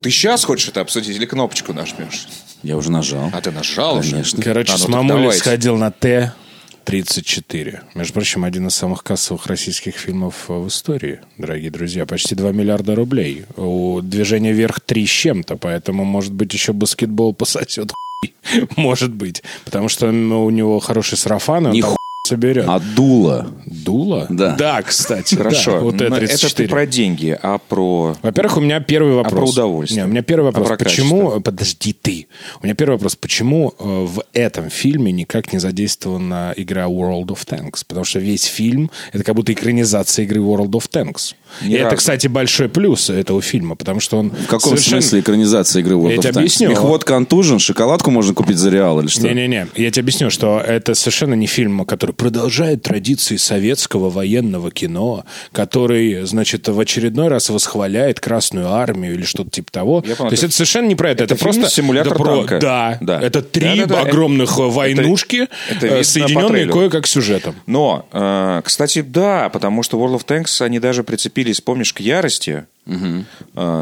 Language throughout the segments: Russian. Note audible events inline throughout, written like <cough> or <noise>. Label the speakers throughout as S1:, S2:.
S1: Ты сейчас хочешь это обсудить или кнопочку нажмешь?
S2: Я уже нажал.
S1: А ты нажал уже.
S2: Конечно.
S3: Короче,
S1: А, ну
S3: с
S1: так
S3: мамулей
S1: давайте.
S3: сходил на Т-34. Между прочим, один из самых кассовых российских фильмов э, в истории, дорогие друзья. Почти 2 миллиарда рублей. У движения вверх 3 с чем-то, поэтому, может быть, еще баскетбол пососет хуй. <laughs> Может быть. Потому что ну, у него хороший сарафан, и он
S2: Не
S3: там
S2: хуй,
S3: соберет.
S2: А дуло.
S3: Дуло?
S2: Да.
S3: Да, кстати. да,
S1: Хорошо.
S3: вот
S1: Но
S3: Т-34.
S1: это ты про деньги, а про...
S3: Во-первых, у меня первый вопрос.
S1: А про удовольствие?
S3: Не, у меня
S1: А
S3: первый вопрос.
S1: про
S3: почему... э, Подожди ты. У меня первый вопрос. Почему э, в этом фильме никак не задействована игра World of Tanks? Потому что весь фильм — это как будто экранизация игры World of Tanks.
S1: Ни
S3: И это,
S1: разу.
S3: кстати, большой плюс этого фильма, потому что он...
S2: В каком смысле экранизация игры World
S3: Я
S2: of
S3: тебе
S2: Tanks?
S3: объясню.
S2: Мехвод контужен, шоколадку можно купить за реал или что?
S3: Не-не-не, я тебе объясню, что это совершенно не фильм, который продолжает традиции советского военного кино, который, значит, в очередной раз восхваляет Красную Армию или что-то типа того.
S1: Я понял,
S3: То есть
S1: это-
S3: это совершенно не про это. Это,
S1: это фильм
S3: просто...
S1: «Симулятор
S3: это про-
S1: танка».
S3: Да,
S1: Да.
S3: Это три
S1: Да-да-да, это-
S3: огромных э, войнушки,
S1: это
S3: э,
S1: видно по
S3: соединенные
S1: трейлеру.
S3: кое-как сюжетом.
S1: Но, э, кстати, да, потому что World of Tanks, они даже прицепились, помнишь, к ярости э,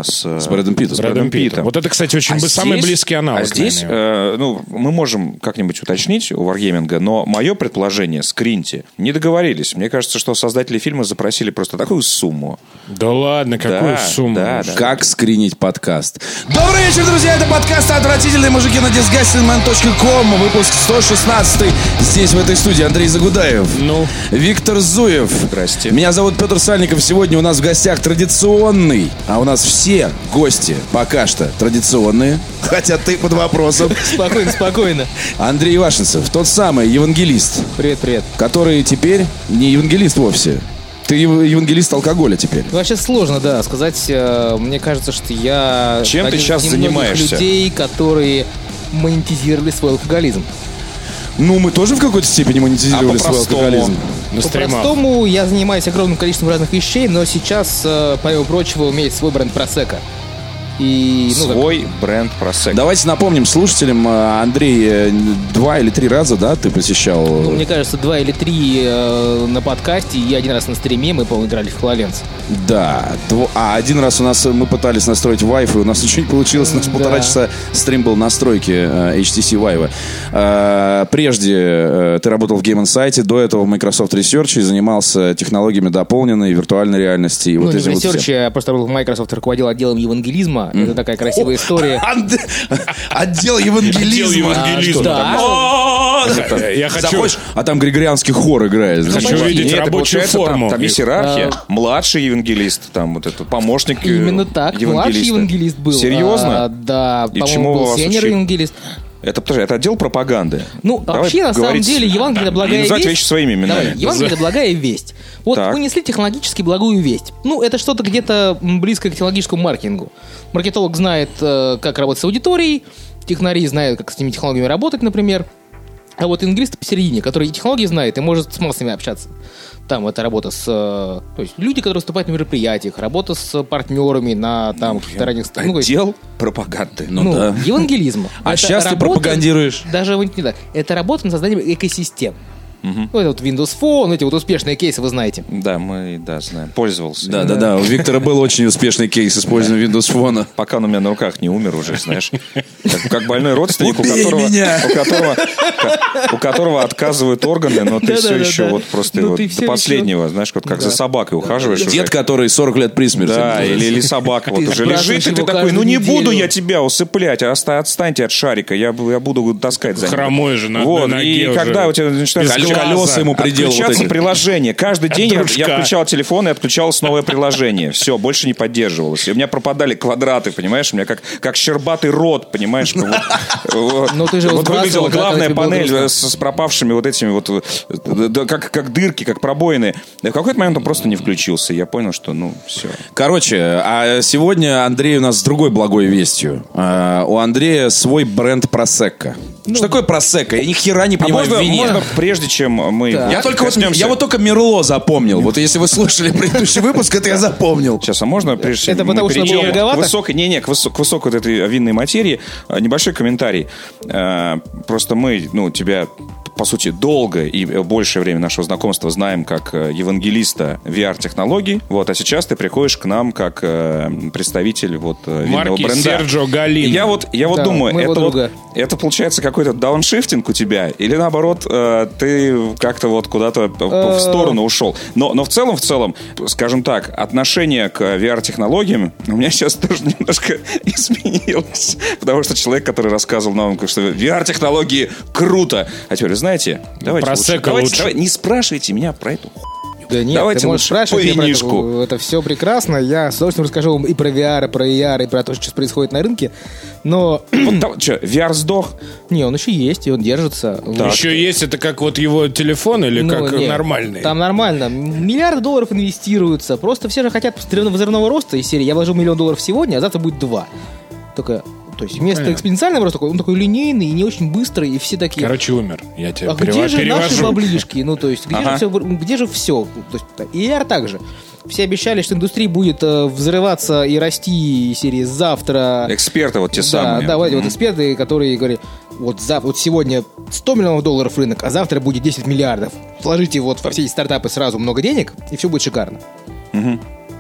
S1: с,
S2: С Брэдом Питтом.
S1: с
S3: Брэдом Питтом. А Вот это, кстати, очень бы- самый близкий аналог,
S1: А здесь, э, ну, мы можем как-нибудь уточнить у Wargaming, но мое предположение, скриньте, не договорились. Мне кажется, что создатели фильма запросили просто такую сумму.
S3: Да ладно, какую
S1: э, Да,
S3: сумму?
S1: да,
S3: Уж.
S1: да.
S2: Как скринить подкаст?
S4: Добрый вечер, друзья! Это подкаст «Отвратительные мужики» на disgustingman.com. Выпуск 116 здесь, в этой студии. Андрей Загудаев.
S3: Ну?
S4: Виктор Зуев.
S1: Здрасте.
S4: Меня зовут Петр Сальников. Сегодня у нас в гостях традиционный, а у нас все гости пока что традиционные, хотя ты под вопросом.
S5: Спокойно, спокойно.
S4: Андрей Вашенцев, тот самый евангелист,
S5: Привет, привет.
S4: который теперь не евангелист вовсе. Ты ев- евангелист алкоголя теперь.
S5: Ну, вообще сложно, да, сказать. э, Мне кажется, что я...
S1: Чем ты
S5: один из
S1: щас
S5: немногих
S1: занимаешься?
S5: людей, которые монетизировали свой алкоголизм.
S4: Ну, мы тоже в какой-то степени монетизировали
S1: А
S4: свой
S1: по-простому?
S4: алкоголизм.
S3: На стримах.
S5: По-простому я занимаюсь огромным количеством разных вещей, но сейчас, э, помимо прочего, у меня есть свой бренд Просека. И, ну, как-
S1: Свой бренд просек.
S4: Давайте напомним слушателям, э, Андрей, э, два или три раза, да, ты посещал?
S5: ну, мне кажется, два или три э, на подкасте и один раз на стриме мы, по-моему, играли в Хололенс.
S4: Да. Дво- А один раз у нас э, мы пытались настроить Wi-Fi, у нас <laughs> ничего не получилось, у нас
S5: Да.
S4: полтора часа стрим был настройки э, HTC Vive. Э, Прежде э, ты работал в Game Insight, до этого в Microsoft Research и занимался технологиями дополненной виртуальной реальности и вот
S5: ну, не в
S4: этим вот всем.
S5: ресерче, я просто был в Microsoft, руководил отделом евангелизма. Это такая
S1: <laughs>
S5: красивая история.
S4: Анд- Отдел евангелизма.
S3: евангелизма.
S5: Да.
S3: Я хочу...
S4: Заходишь, а там григорианский хор играет.
S3: Хочу
S4: Знаешь,
S3: увидеть
S1: Нет, это
S3: рабочую
S1: получается,
S3: форму.
S1: Там, там есть
S3: И-
S1: иерархия. Младший евангелист, там вот этот помощник э,
S5: а, Именно так. Младший
S1: евангелиста.
S5: евангелист был.
S1: Серьезно?
S5: А, да,
S1: И
S5: по-моему,
S1: чему
S5: был
S1: вас
S5: сеньор
S1: учили?
S5: евангелист.
S1: Это, подожди, это отдел пропаганды.
S5: Ну,
S1: Давай
S5: вообще, на самом
S1: говорить-
S5: деле, Евангелие это
S1: И
S5: благая
S1: называть
S5: весть.
S1: вещи своими именами.
S5: Давай, Евангелие это благая весть. Вот
S1: Так.
S5: унесли технологически благую весть. Ну, это что-то где-то м, близкое к технологическому маркетингу. Маркетолог знает, э, как работать с аудиторией, технари знают, как с этими технологиями работать, например. А вот евангелист посередине, который и технологии знает и может с массами общаться. Там это работа с... э, То есть люди, которые выступают на мероприятиях, работа с партнерами на там каких-то ранних... ст- ну, то есть-
S1: Отдел пропаганды.
S4: Ну да.
S5: евангелизма.
S4: А
S5: Это
S4: щас ты пропагандируешь.
S5: Даже вот не так. Это работа над созданием экосистем. Ну, это вот Windows Phone, эти вот успешные кейсы, вы знаете.
S1: Да, мы, да, знаем. Пользовался.
S4: Да, да, да. У Виктора был очень успешный кейс использования Windows Phone.
S1: Пока он у меня на руках не умер уже, знаешь. Как, как больной родственник, у
S4: Убей
S1: которого,
S4: меня!
S1: у, которого, ко- у которого отказывают органы, но ты
S5: Да-да-да-да.
S1: все еще вот просто
S5: Но
S1: вот
S5: Ну, ты всё
S1: до
S5: ещё-
S1: последнего, знаешь, вот как за собакой ухаживаешь уже.
S4: Дед, который 40 лет при смерти.
S1: Да, или, или собака вот
S5: Ты
S1: уже
S5: спрашиваешь
S1: лежит, и ты
S5: его
S1: такой, ну
S5: каждую
S1: не буду
S5: неделю.
S1: я тебя усыплять, а оста- отстаньте от шарика, я, бу- я буду таскать за ним.
S3: Хромой же на
S1: Вот,
S3: одной
S1: и
S3: ноге
S1: когда
S3: уже.
S1: у тебя начинают
S3: Без
S1: отключаться-
S3: глаза.
S4: Ему предел вот
S1: отключаться
S4: эти.
S1: приложение, каждый день я, я
S3: дружка.
S1: включал телефон и отключалось новое приложение, все, больше не поддерживалось. И у меня пропадали квадраты, понимаешь, у меня как, как щербатый рот, понимаешь. вот- вот.
S5: Но Ну, ты же
S1: Вот
S5: узнавал,
S1: выглядела
S5: да, когда
S1: главная
S5: тебе было
S1: панель
S5: грустно.
S1: э, с, с пропавшими вот этими вот, э, да, как, как дырки, как пробоины. И в какой-то момент он просто не включился, и я понял, что ну все.
S4: Короче, а сегодня Андрей у нас с другой благой вестью. А, У Андрея свой бренд Просекко. Что такое Просекко? Я ни хера не
S1: Ну. А
S4: понимаю
S1: можно,
S4: в вине.
S1: можно прежде чем мы...
S4: Я только вот,
S1: коснемся-
S4: я вот только Мерло запомнил. Вот если вы слушали предыдущий выпуск, это я запомнил.
S1: Сейчас, а можно прежде
S5: Это
S1: чем мы
S5: потому, что
S1: перейдем
S5: было
S1: к
S5: многовато?
S1: высокой, не, не, к, высо- к высокой вот этой винной материи, а, небольшой комментарий. А, Просто мы, ну, тебя по сути, долго и большее время нашего знакомства знаем как э, евангелиста VR-технологий. Вот, а сейчас ты приходишь к нам как э, представитель вот э, винного
S3: Марки
S1: бренда.
S3: Серджо Галин.
S1: И Я вот, я вот
S5: Да,
S1: думаю,
S5: моего
S1: это, вот-
S5: друга.
S1: это получается какой-то дауншифтинг у тебя, или наоборот, э, ты как-то вот куда-то п-
S5: Э.
S1: в сторону ушел. Но, но в целом, в целом, скажем так, отношение к VR-технологиям у меня <laughs> сейчас тоже немножко <laughs> изменилось. Потому что человек, который рассказывал нам, что VR-технологии круто. А теперь, знаете, давайте,
S3: Про
S1: лучше,
S3: сека
S1: давайте,
S3: лучше.
S1: давай- не спрашивайте меня про эту ху-
S5: Да нет,
S1: Давайте
S5: ты можешь
S1: лучше
S5: спрашивать
S1: по
S5: меня про это.
S1: винишку.
S5: Это, все прекрасно. Я с удовольствием расскажу вам и про VR, и про AR, и про то, что сейчас происходит на рынке. Но, <clears throat>
S1: Вот там, чё, VR сдох?
S5: не, он еще есть, и он держится.
S1: Так.
S3: Еще есть это как вот его телефон или
S5: Ну,
S3: как
S5: не,
S3: нормальный?
S5: Там нормально. Миллиарды долларов инвестируются. Просто все же хотят взрыв- взрывного роста из серии. Я вложил миллион долларов сегодня, а завтра будет два. Только, то есть вместо экспоненциального роста такой- он такой линейный и не очень быстрый, и все
S3: <laughs>
S5: такие...
S3: Короче, умер. Я тебя
S5: а
S3: перева-
S5: где же наши
S3: перевожу.
S5: баблишки? Ну, то есть, где,
S1: Ага.
S5: же, все, где же все? То есть, так, и AR также. Все обещали, что индустрия будет э, взрываться и расти и серии завтра.
S1: Эксперты вот те
S5: да,
S1: самые.
S5: Да, вот, эти
S1: М.
S5: вот эксперты, которые говорят, вот, зав- вот сегодня 100 миллионов долларов рынок, а завтра будет 10 миллиардов. Вложите вот во все эти стартапы сразу много денег, и все будет шикарно.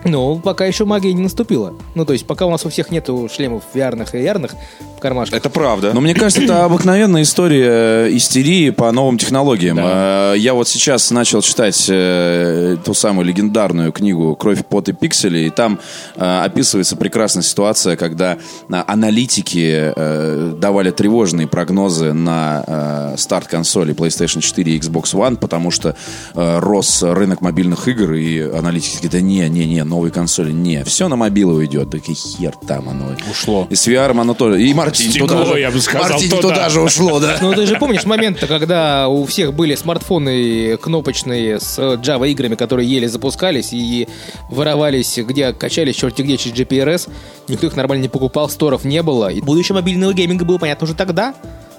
S5: Но пока еще магия не наступила. Ну, то есть, пока у нас у всех нету шлемов VR-ных и AR-ных в кармашках.
S1: Это правда.
S4: Но мне кажется, это обыкновенная история э, истерии по новым технологиям. Э, Я вот сейчас начал читать э, ту самую легендарную книгу «Кровь, пот и пиксели», и там э, описывается прекрасная ситуация, когда э, аналитики э, давали тревожные прогнозы на э, старт консолей PlayStation 4 и Xbox One, потому что э, рос рынок мобильных игр, и аналитики такие, да не, не, не, новые консоли, не, все на мобилу идет, такие хер там оно.
S3: Ушло.
S4: И с VR оно тоже. И Мартин
S3: Стекло,
S4: туда же.
S3: я бы сказал,
S4: Мартини
S3: туда.
S4: туда же ушло, да.
S5: Ну, ты же помнишь момент когда у всех были смартфоны кнопочные с э, Java-играми, которые еле запускались и воровались, где качались, черти где, через GPRS. Никто их нормально не покупал, сторов не было. И будущее мобильного гейминга было понятно уже тогда,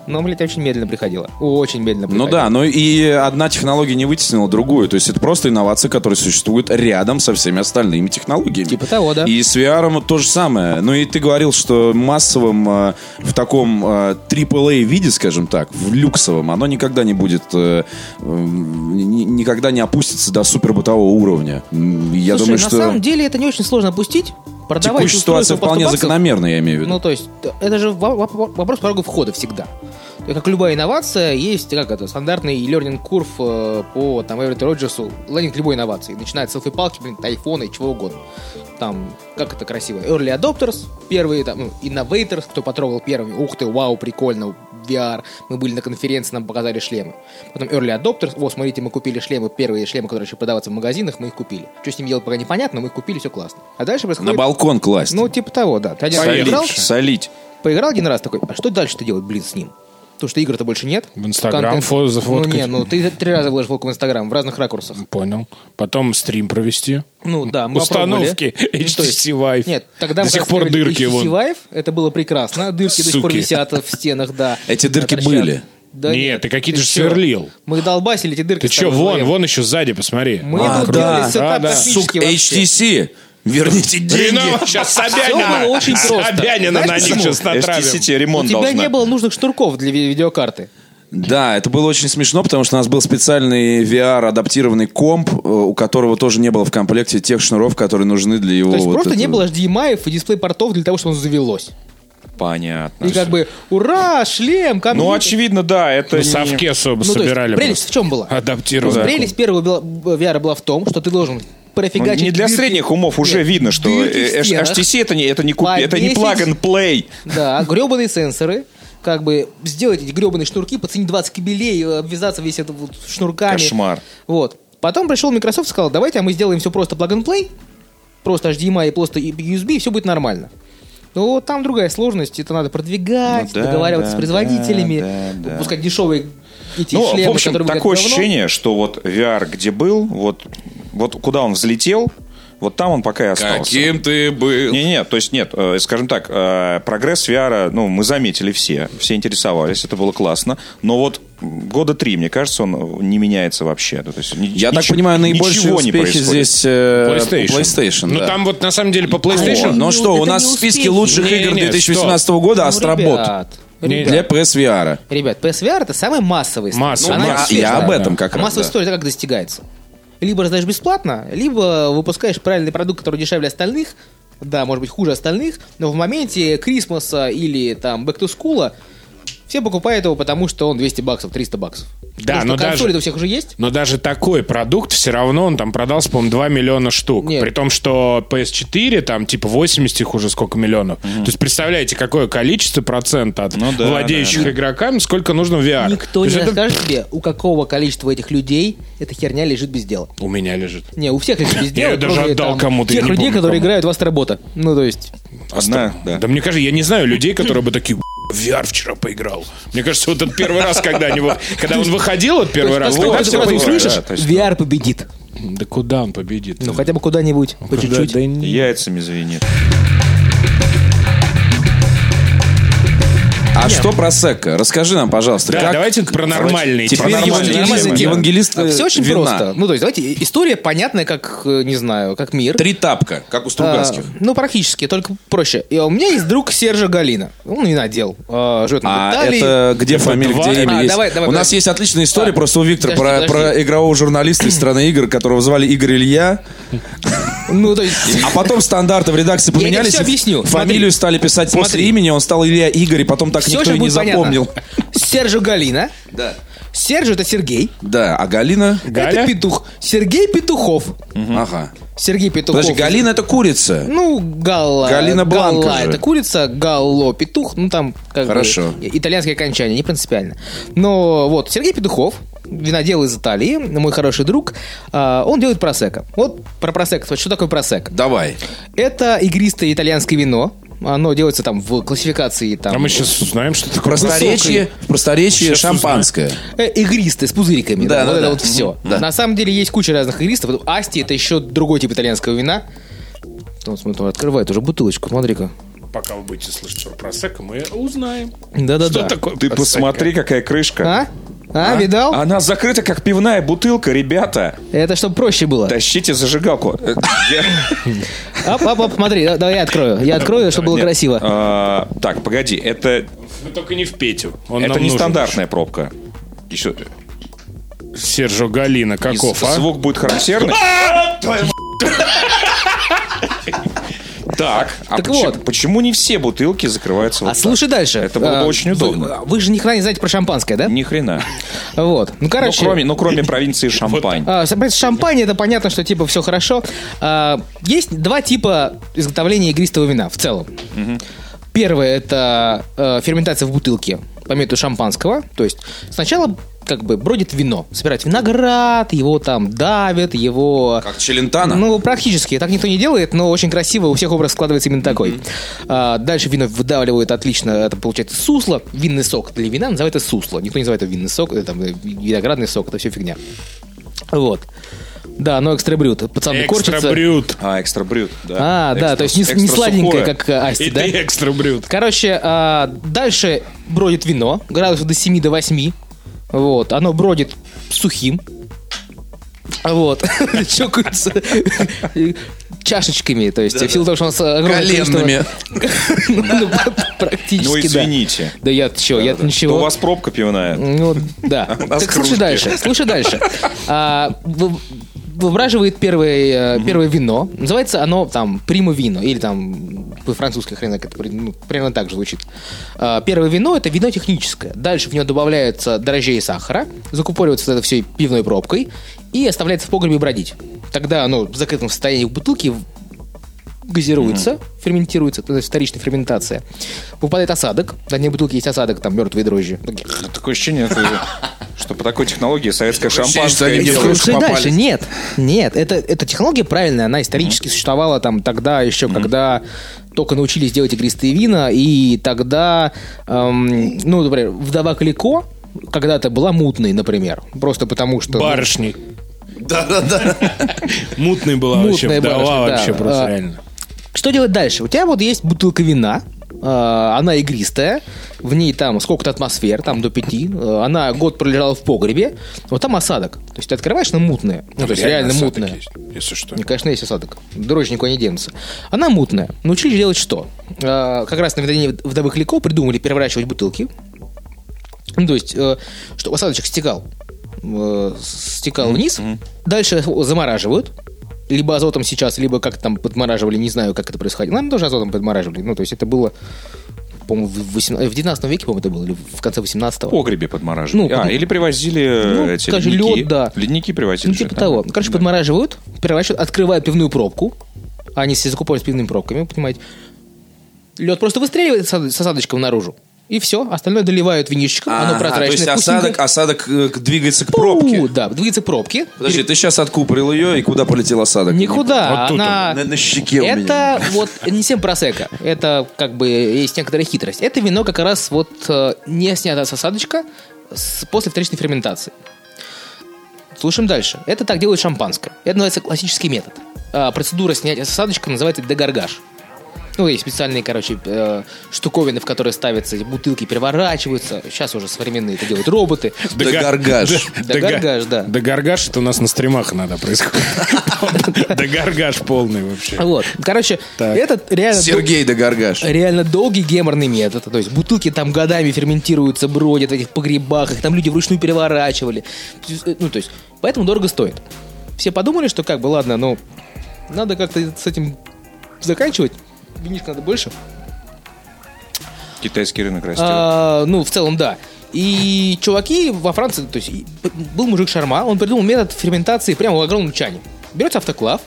S5: но, блядь, очень медленно приходило. Очень медленно
S4: Ну
S5: приходило.
S4: да, но и одна технология не вытеснила другую. То есть это просто инновации, которые существуют рядом со всеми остальными технологиями.
S5: Типа того, да.
S4: И с VR -ом то же самое. Ну и ты говорил, что массовым э, в таком э, AAA виде, скажем так, в люксовом, оно никогда не будет, э, э, ни- никогда не опустится до супербытового уровня. М, Я
S5: Слушай,
S4: думаю,
S5: на
S4: что
S5: самом деле это не очень сложно опустить. Продавать
S4: текущая
S5: устройство
S4: ситуация
S5: по 100
S4: вполне
S5: баксов.
S4: закономерная, я имею в виду.
S5: Ну, то есть, т- это же во- во- вопрос порога входа всегда. Как любая инновация, есть как это, стандартный learning курв э, по там, Эверетту Роджерсу, лендинг любой инновации. Начиная от селфи палки, блин, айфона и чего угодно. Там, как это красиво, early adopters, первые там, ну, innovators, кто потрогал первыми, ух ты, вау, прикольно, VR, мы были на конференции, нам показали шлемы. Потом early adopters, вот, смотрите, мы купили шлемы, первые шлемы, которые еще продаваться в магазинах, мы их купили. Что с ними делать, пока непонятно, мы их купили, все классно. А дальше
S4: На
S5: происходит...
S4: балкон класть.
S5: ну, типа того, да. Ты один раз
S3: Поехали.
S5: играл,
S1: Солить. Солить.
S5: Поиграл один раз такой, а что дальше-то делать, блин, с ним? Потому что игр-то больше нет.
S3: В Инстаграм
S5: Контент-
S3: фо-
S5: Ну
S3: зафоткать.
S5: не, ну ты три раза выложил фотку в Инстаграм в разных ракурсах.
S3: Понял. Потом стрим провести.
S5: Ну да, мы
S3: Установки,
S5: попробовали. Ну, то есть-
S3: HTC Vive.
S5: Нет,
S3: До
S5: тогда мы
S3: сих пор
S5: тестировали
S3: дырки
S5: HTC
S3: вон.
S5: Vive, это было прекрасно. Дырки до сих пор
S3: Суки.
S5: висят в стенах, да.
S4: Эти дырки
S5: Торчат.
S4: были.
S5: Да
S3: Нет, ты какие-то же
S5: чё?
S3: сверлил.
S5: Мы долбасили эти дырки.
S3: Ты
S5: с
S3: че,
S5: тобой
S3: вон,
S5: вдвоем.
S3: вон еще сзади, посмотри. А,
S5: Мы тут делали сетап
S3: да. ну,
S4: Сук,
S5: космический вообще.
S4: HTC, верните деньги.
S3: сейчас
S5: Всё
S3: Собянина.
S5: было очень просто.
S3: Собянина
S5: Знаешь
S3: на них
S5: почему?
S3: сейчас
S1: HTC
S3: натравим.
S1: тебе
S5: У
S1: ремонт
S5: тебя
S1: должна.
S5: не было нужных шнурков для ви- видеокарты.
S4: Да, это было очень смешно, потому что у нас был специальный VR-адаптированный комп, э, у которого тоже не было в комплекте тех шнуров, которые нужны для его...
S5: То есть
S4: вот
S5: просто не
S4: этого.
S5: было HDMI и дисплей-портов для того, чтобы он завелось.
S1: Понятно.
S5: И как бы, ура, шлем, компьютер.
S1: Ну, очевидно, да, это
S3: Ну,
S1: не-
S3: совке особо
S5: Ну, то есть
S3: собирали.
S5: прелесть
S3: просто.
S5: в чем была?
S3: Адаптировали.
S5: То есть Прелесть первого бела- VR была в том, что ты должен профигачить...
S1: не для
S5: дырки-
S1: средних умов уже
S5: Нет,
S1: видно, что
S5: дырки в
S1: э, H-
S5: стенах.
S1: HTC это не это не купи,
S5: По
S1: это не
S5: 10.
S1: plug and play.
S5: Да, гребаные сенсоры. Как бы сделать эти гребаные шнурки, подценить 20 кабелей, э, обвязаться весь это вот шнурками.
S1: Кошмар.
S5: Вот. Потом пришел Microsoft и сказал, давайте а мы сделаем все просто plug and play, просто HDMI и просто и USB, и все будет нормально. Но там другая сложность, это надо продвигать,
S1: Ну да,
S5: договариваться
S1: да,
S5: с производителями,
S1: да, да.
S5: пускать дешевые эти
S1: Ну, в
S5: шлемы,
S1: общем,
S5: которые выглядят
S1: такое
S5: говном.
S1: ощущение, что вот VR, где был, вот вот куда он взлетел, вот там он пока и остался.
S6: Каким ты был?
S1: Не, не, то есть нет, э, скажем так, э, прогресс VR, ну, мы заметили все, все интересовались, это было классно, но вот м, года три, мне кажется, он не меняется вообще. Ну, то есть ни-
S4: Я так
S1: ничего-
S4: понимаю, наибольшие
S1: ничего не
S4: успехи
S1: происходит.
S4: здесь э,
S3: PlayStation.
S4: PlayStation,
S3: Ну,
S4: да.
S3: там вот на самом деле по PlayStation...
S4: О,
S5: Ну,
S4: ну что, у
S5: это
S4: нас
S5: не
S4: в списке
S5: успехи.
S4: лучших
S3: Не,
S4: игр
S3: не,
S4: 2018 года
S5: Ну,
S4: Астробот.
S5: ребят,
S4: Не-
S5: Ребят.
S4: Для PSVR.
S5: Ребят, PSVR это самая массовая история.
S3: Массовая,
S5: Она
S3: да.
S5: вообще-
S4: Я об этом как
S5: А
S4: раз.
S5: массовая
S4: да.
S5: история как достигается? Либо раздаешь бесплатно, либо выпускаешь правильный продукт, который дешевле остальных, да, может быть, хуже остальных, но в моменте Крисмоса или там Back to School а все покупают его, потому что он 200 баксов, 300 баксов.
S3: Да,
S5: потому
S3: но
S5: что
S3: даже-
S5: консоли у всех уже есть.
S3: Но даже такой продукт все равно он там продался, по-моему, 2 миллиона штук.
S5: Нет.
S3: При том, что PS4 там типа 80 их уже сколько миллионов. То есть представляете, какое количество процент от
S1: Ну да,
S3: владеющих игроками, сколько нужно в VR.
S5: Никто
S3: То
S5: не
S3: есть это
S5: расскажет тебе, у какого количества этих людей эта херня лежит без дела.
S3: у меня лежит.
S5: Не, у всех лежит без дела.
S3: <laughs> Я её даже
S5: кроме,
S3: отдал
S5: там,
S3: кому-то, я
S5: Тех
S3: не
S5: людей,
S3: помню,
S5: которые
S3: кому.
S5: играют в вас работа. Ну, то есть...
S1: Одна, да.
S3: Да. мне кажется, я не знаю людей, которые бы такие «Б***ь, в VR вчера поиграл. Мне кажется, вот этот первый раз, когда они вот- когда он выходил, вот первый раз,
S5: Как
S3: когда
S5: только
S3: все
S5: ты сразу
S3: поиграли.
S5: услышишь,
S1: Да, то есть,
S5: VR победит.
S3: Да куда он победит?
S5: Ну, хотя бы куда-нибудь, по чуть-чуть.
S3: Да не-
S1: Яйцами звенит.
S4: А что про Секка? Расскажи нам, пожалуйста.
S3: Да,
S4: как-
S3: давайте про типа нормальные.
S4: Теперь
S3: темы.
S1: про нормальные,
S4: евангелист,
S1: нормальные,
S4: евангелист, э,
S5: Все очень
S4: вина.
S5: просто. Ну, то есть, давайте, история понятная, как, э, не знаю, как мир.
S4: Три тапка, как у
S5: А,
S4: Стругацких.
S5: ну, практически, только проще. И у меня есть друг Сержа Галина. Он винодел. а, живет он в
S4: А
S5: Италии.
S4: это где фамилия,
S3: два.
S4: где имя
S5: А,
S4: есть?
S5: давай, давай,
S4: у
S5: давай.
S4: нас есть отличная история,
S5: А,
S4: просто у Виктора
S5: подожди,
S4: про,
S5: подожди.
S4: про игрового журналиста из страны игр, которого звали Игорь Илья,
S5: Ну, то есть...
S4: а потом стандарты в
S5: <laughs>
S4: редакции
S5: тебе
S4: поменялись.
S5: всё
S4: и
S5: объясню.
S4: Фамилию стали
S5: Смотри.
S4: писать
S5: Смотри.
S4: после имени, он стал Илья Игорь, и потом так
S5: Все
S4: никто
S5: же
S4: и не
S5: будет
S4: запомнил.
S5: понятно. Сержа Галина. Да. Сержа это Сергей.
S4: Да, а Галина?
S3: Галя?
S5: Это Петух. Сергей Петухов.
S4: Ага.
S5: Сергей Петухов.
S4: Подожди, Галина это курица.
S5: Ну, Галла.
S4: Галина Бланка
S5: Галла
S4: же.
S5: это курица, Галло петух, ну там как
S4: Хорошо.
S5: бы итальянское окончание, не принципиально. Но вот Сергей Петухов, винодел из Италии, мой хороший друг, а, он делает просека. Вот про просека, что такое просека?
S4: Давай.
S5: Ну, Это игристое итальянское вино, оно делается там в классификации там...
S3: А мы сейчас узнаем, что такое
S4: Просторечие, просторечие
S3: Сейчас
S4: шампанское.
S5: Э, игристое, с пузыриками.
S4: Да, да,
S5: Да, вот
S4: да.
S5: это вот все. На самом деле есть куча разных игристов. Вот Асти это еще другой тип итальянского вина. Он, смотри, он открывает уже бутылочку, смотри-ка.
S3: Пока вы будете слышать про просека, мы узнаем.
S5: Да-да-да.
S3: Что такое
S1: Ты
S3: просека.
S1: посмотри, какая крышка.
S5: А? А, видал?
S1: Она закрыта, как пивная бутылка, ребята.
S5: Это чтобы проще было.
S1: Тащите зажигалку. Э,
S5: Ап, ап, ап, смотри, да- давай я открою. Я открою, чтобы было
S1: нет.
S5: красиво.
S1: А, Так, погоди, это
S3: Вы только не в Петю. Он
S1: это
S3: нам
S1: не
S3: нужен.
S1: стандартная пробка. Еще
S3: Сержо Галина, каков, а?
S1: звук будет характерный. Так, а
S5: Так
S1: почему-
S5: вот.
S1: почему не все бутылки закрываются
S5: А
S1: вот
S5: слушай
S1: так?
S5: дальше.
S1: Это было
S5: А,
S1: бы очень удобно.
S5: Вы, вы же ни хрена не знаете про шампанское, да?
S1: Ни хрена.
S5: Вот. Ну,
S1: Ну,
S5: короче.
S1: кроме, ну, кроме провинции Шампань.
S5: а, смотри, с шампань, это понятно, что типа все хорошо. А, есть два типа изготовления игристого вина в целом. Первое это э, ферментация в бутылке по методу шампанского. То есть сначала как бы бродит вино. Собирают виноград, его там давят, его...
S4: Как Челентано.
S5: Ну, практически. Так никто не делает, но очень красиво. У всех образ складывается именно такой. А, дальше вино выдавливают отлично. Это получается сусло. Винный сок для вина называют это сусло. Никто не называет это винный сок. Это там, э, виноградный сок. Это все фигня. Вот. Да, но экстрабрют. Пацаны
S3: Экстра
S5: корчатся.
S3: брют.
S1: А, экстра брют, да.
S5: А, да, то есть не,
S1: Экстра
S5: не сладенькое,
S1: сухое.
S5: как э, Асти,
S3: И
S5: да?
S3: ты <laughs> экстра брют.
S5: Короче, а, дальше бродит вино, градусов до 7 до 8. Вот, оно бродит сухим. Вот, <laughs> чокаются чашечками, то есть, в силу того, что у нас огромное количество-
S4: Коленными.
S5: Ну, <laughs>
S1: Ну,
S5: ну, Практически, да.
S1: извините.
S5: Да я чё, я
S1: Да
S5: ничего.
S1: У вас пробка пивная.
S5: Ну,
S1: <laughs>
S5: да.
S1: У нас
S5: Так слушай
S1: кружки.
S5: дальше,
S1: <laughs>
S5: слушай дальше. А, вы- Выбраживает первое, э, первое вино. Называется оно там примо вино. Или там по-французски хрен знает, как это при- ну, примерно так же звучит. А, Первое вино это вино техническое. Дальше в него добавляется дрожжей сахара, закупоривается это все пивной пробкой и оставляется в погребе бродить. Тогда оно в закрытом состоянии в бутылке газируется, ферментируется, то есть вторичная ферментация. Выпадает осадок. На дне бутылки есть осадок, там мертвые дрожжи. Ну,
S1: Такое ощущение, это- <laughs> что по такой технологии советское шампанское делают.
S4: они делают.
S5: Э, Слушай
S4: попались.
S5: дальше, нет, нет, это, эта технология правильная, она исторически существовала там тогда еще, когда только научились делать игристые вина, и тогда, эм, ну, например, вдова Клико когда-то была мутной, например, просто потому что... ну,
S3: Барышни. <laughs> Да-да-да. Мутный была вообще.
S5: Мутная
S3: Вдова
S5: барышня, да.
S3: вообще просто
S5: А,
S3: реально.
S5: Что делать дальше? У тебя вот есть бутылка вина, А, Она игристая, в ней там сколько-то атмосфер, там до пяти. А, Она год пролежала в погребе, вот там осадок. То есть ты открываешь, она мутная. Ну, то есть реально
S3: осадок
S5: мутная.
S3: есть, если что.
S5: Ну, конечно, есть осадок. Дрочь никуда не денется. Она мутная. Научились делать что? Э, Как раз на видании вдовых ликов придумали переворачивать бутылки. Ну, то есть, э, что осадочек стекал. э, Стекал вниз. Дальше его замораживают. Либо азотом сейчас, либо как там подмораживали, не знаю, как это происходило. Нам тоже азотом подмораживали. Ну, то есть это было, по-моему, в, 18 в 19 веке, по-моему, это было, или в конце 18
S1: В погребе подмораживали.
S5: Ну,
S1: а,
S5: под-
S1: или привозили э,
S5: Ну,
S1: эти
S5: скажи,
S1: ледники.
S5: лед, да.
S1: Ледники привозили.
S5: Ну,
S1: же
S5: типа
S1: там.
S5: того. Короче, подмораживают, переворачивают, открывают пивную пробку. А Они все закупаются пивными пробками, вы понимаете. Лед просто выстреливает с осад- с осадочком наружу. И все. Остальное доливают винишечком. оно
S4: А, то
S5: прозрачное.
S4: есть
S5: вкусненькое.
S4: осадок, осадок э, к- двигается к
S5: Пу,
S4: пробке.
S5: Да, двигается пробки.
S4: Подожди, ты сейчас откупорил ее, и куда полетел осадок?
S5: Никуда.
S3: Вот тут
S5: она...
S4: На, на щеке у меня.
S5: Это вот не всем просека. Это как бы есть некоторая хитрость. Это вино как раз вот э, не снято с осадочка с- после вторичной ферментации. Слушаем дальше. Это так делают шампанское. Это называется классический метод. А, процедура снятия с осадочка называется дегаргаж. Ну, есть специальные, короче, э, штуковины, в которые ставятся эти бутылки, переворачиваются. Сейчас уже современные это
S4: <laughs>
S5: делают роботы.
S4: Да гаргаж.
S5: Догаргаж, да.
S3: Да гаргаш, это у нас на стримах надо
S5: <laughs>
S3: происходит. Да гаргаш полный вообще.
S5: Вот. Короче,
S3: Так.
S5: это реально...
S4: Сергей да гаргаш.
S5: Реально долгий геморный метод. То есть бутылки там годами ферментируются, бродят в этих погребах, их там люди вручную переворачивали. Ну, то есть, поэтому дорого стоит. Все подумали, что как бы, ладно, ну, надо как-то с этим заканчивать. Винишка надо больше.
S1: Китайский рынок растет.
S5: А, ну, в целом, да. И чуваки во Франции, то есть и- был мужик Шарма, он придумал метод ферментации прямо в огромном чане. Берется автоклав,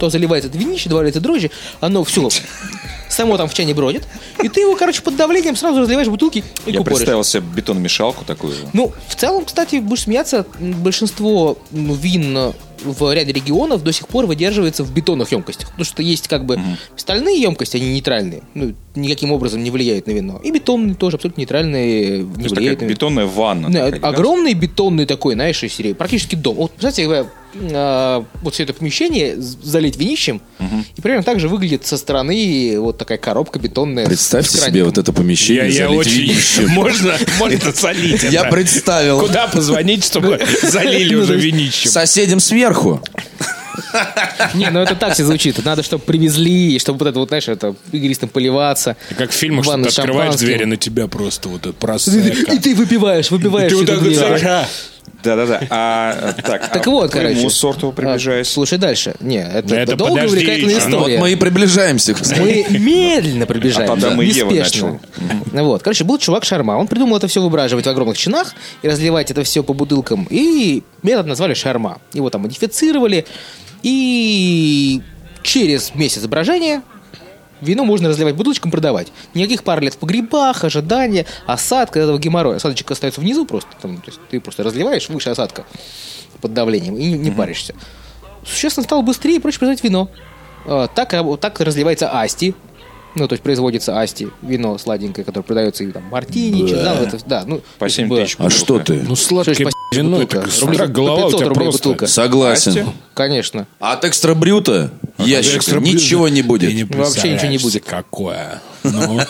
S5: то заливается это винище, добавляется дрожжи, оно
S1: <laughs>
S5: все само там в чане бродит, и ты его, короче, под давлением сразу разливаешь в бутылки и
S1: Я
S5: купоришь.
S1: представил себе бетономешалку такую же.
S5: Ну, в целом, кстати, будешь смеяться, м, большинство м, вин э, в ряде регионов до сих пор выдерживается в бетонных емкостях. Потому что есть как бы стальные емкости, они нейтральные, ну, никаким образом не влияют на вино. И бетонные тоже абсолютно нейтральные,
S1: То
S5: не
S1: есть такая
S5: влияют на вино.
S1: бетонная ванна.
S5: Да,
S1: такая, да?
S5: огромный бетонный такой, знаешь, из серии, практически дом. Вот, представляете, э, э, вот все это помещение з- залить винищем, и примерно так же выглядит со стороны вот такая коробка бетонная. с-
S4: Представьте
S5: с
S4: себе вот это
S3: Я,
S4: помещение.
S3: я
S4: залить
S3: очень...
S4: винищем.
S3: <laughs> Можно, можно солить
S4: Я
S3: это.
S4: представил.
S3: Куда позвонить,
S5: <laughs>
S3: чтобы залили
S5: Ну,
S3: уже
S5: то есть-
S3: винищем?
S4: Соседям сверху.
S5: Не, ну это так все звучит. Надо, чтобы привезли, чтобы вот это вот, знаешь, это игристым поливаться.
S3: Как в фильмах, что ты
S5: Ванна с
S3: открываешь
S5: шампанским.
S3: двери, на тебя просто вот этот
S5: И
S3: просека.
S5: ты выпиваешь, выпиваешь.
S3: Ты вот
S5: всю
S3: так
S5: эту
S3: вот
S5: дрянь.
S3: сразу, а,
S1: Да-да-да. А,
S5: <laughs>
S1: э, так,
S5: Так
S1: а
S5: вот,
S1: к моему
S5: короче.
S1: сорту
S5: А,
S1: приближаясь.
S5: Слушай дальше. Не, это,
S3: Да это
S5: долгая
S3: подожди
S5: увлекательная
S3: еще. Ну,
S4: Вот
S5: история.
S4: мы и приближаемся. к-
S5: Мы медленно приближаемся.
S1: А потом и Ева
S5: неспешно. Ну Вот. Короче, был чувак Шарма. Он придумал это все выбраживать в огромных чинах и разливать это все по бутылкам. И метод назвали Шарма. Его там модифицировали. И через месяц брожения вино можно разливать бутылочкам, продавать. Никаких пар лет в погребах, ожидания, осадка этого геморроя. Осадочек остается внизу просто. Там, то есть ты просто разливаешь выше осадка под давлением и не, не паришься. Существенно стало быстрее и проще продавать вино. Э, Так, раб- так разливается асти. Ну, то есть производится асти, вино сладенькое, которое продается и там мартини, чезан, это, да, ну,
S1: По 7
S5: б-
S1: тысяч.
S4: А что ты?
S3: Ну, сладкое
S5: Слушай, спасибо,
S3: вино,
S5: бутылка.
S3: так с
S5: Рублей
S3: утра
S5: по
S3: голова у
S5: 500
S3: тебя
S5: рублей
S3: просто.
S5: бутылка.
S4: Согласен.
S5: Конечно.
S4: А от экстра брюта ящика
S3: Экстра-блюдо.
S4: ничего не
S3: Ты
S4: будет.
S5: Вообще ничего не будет.
S3: представляешь, Какое. Ну,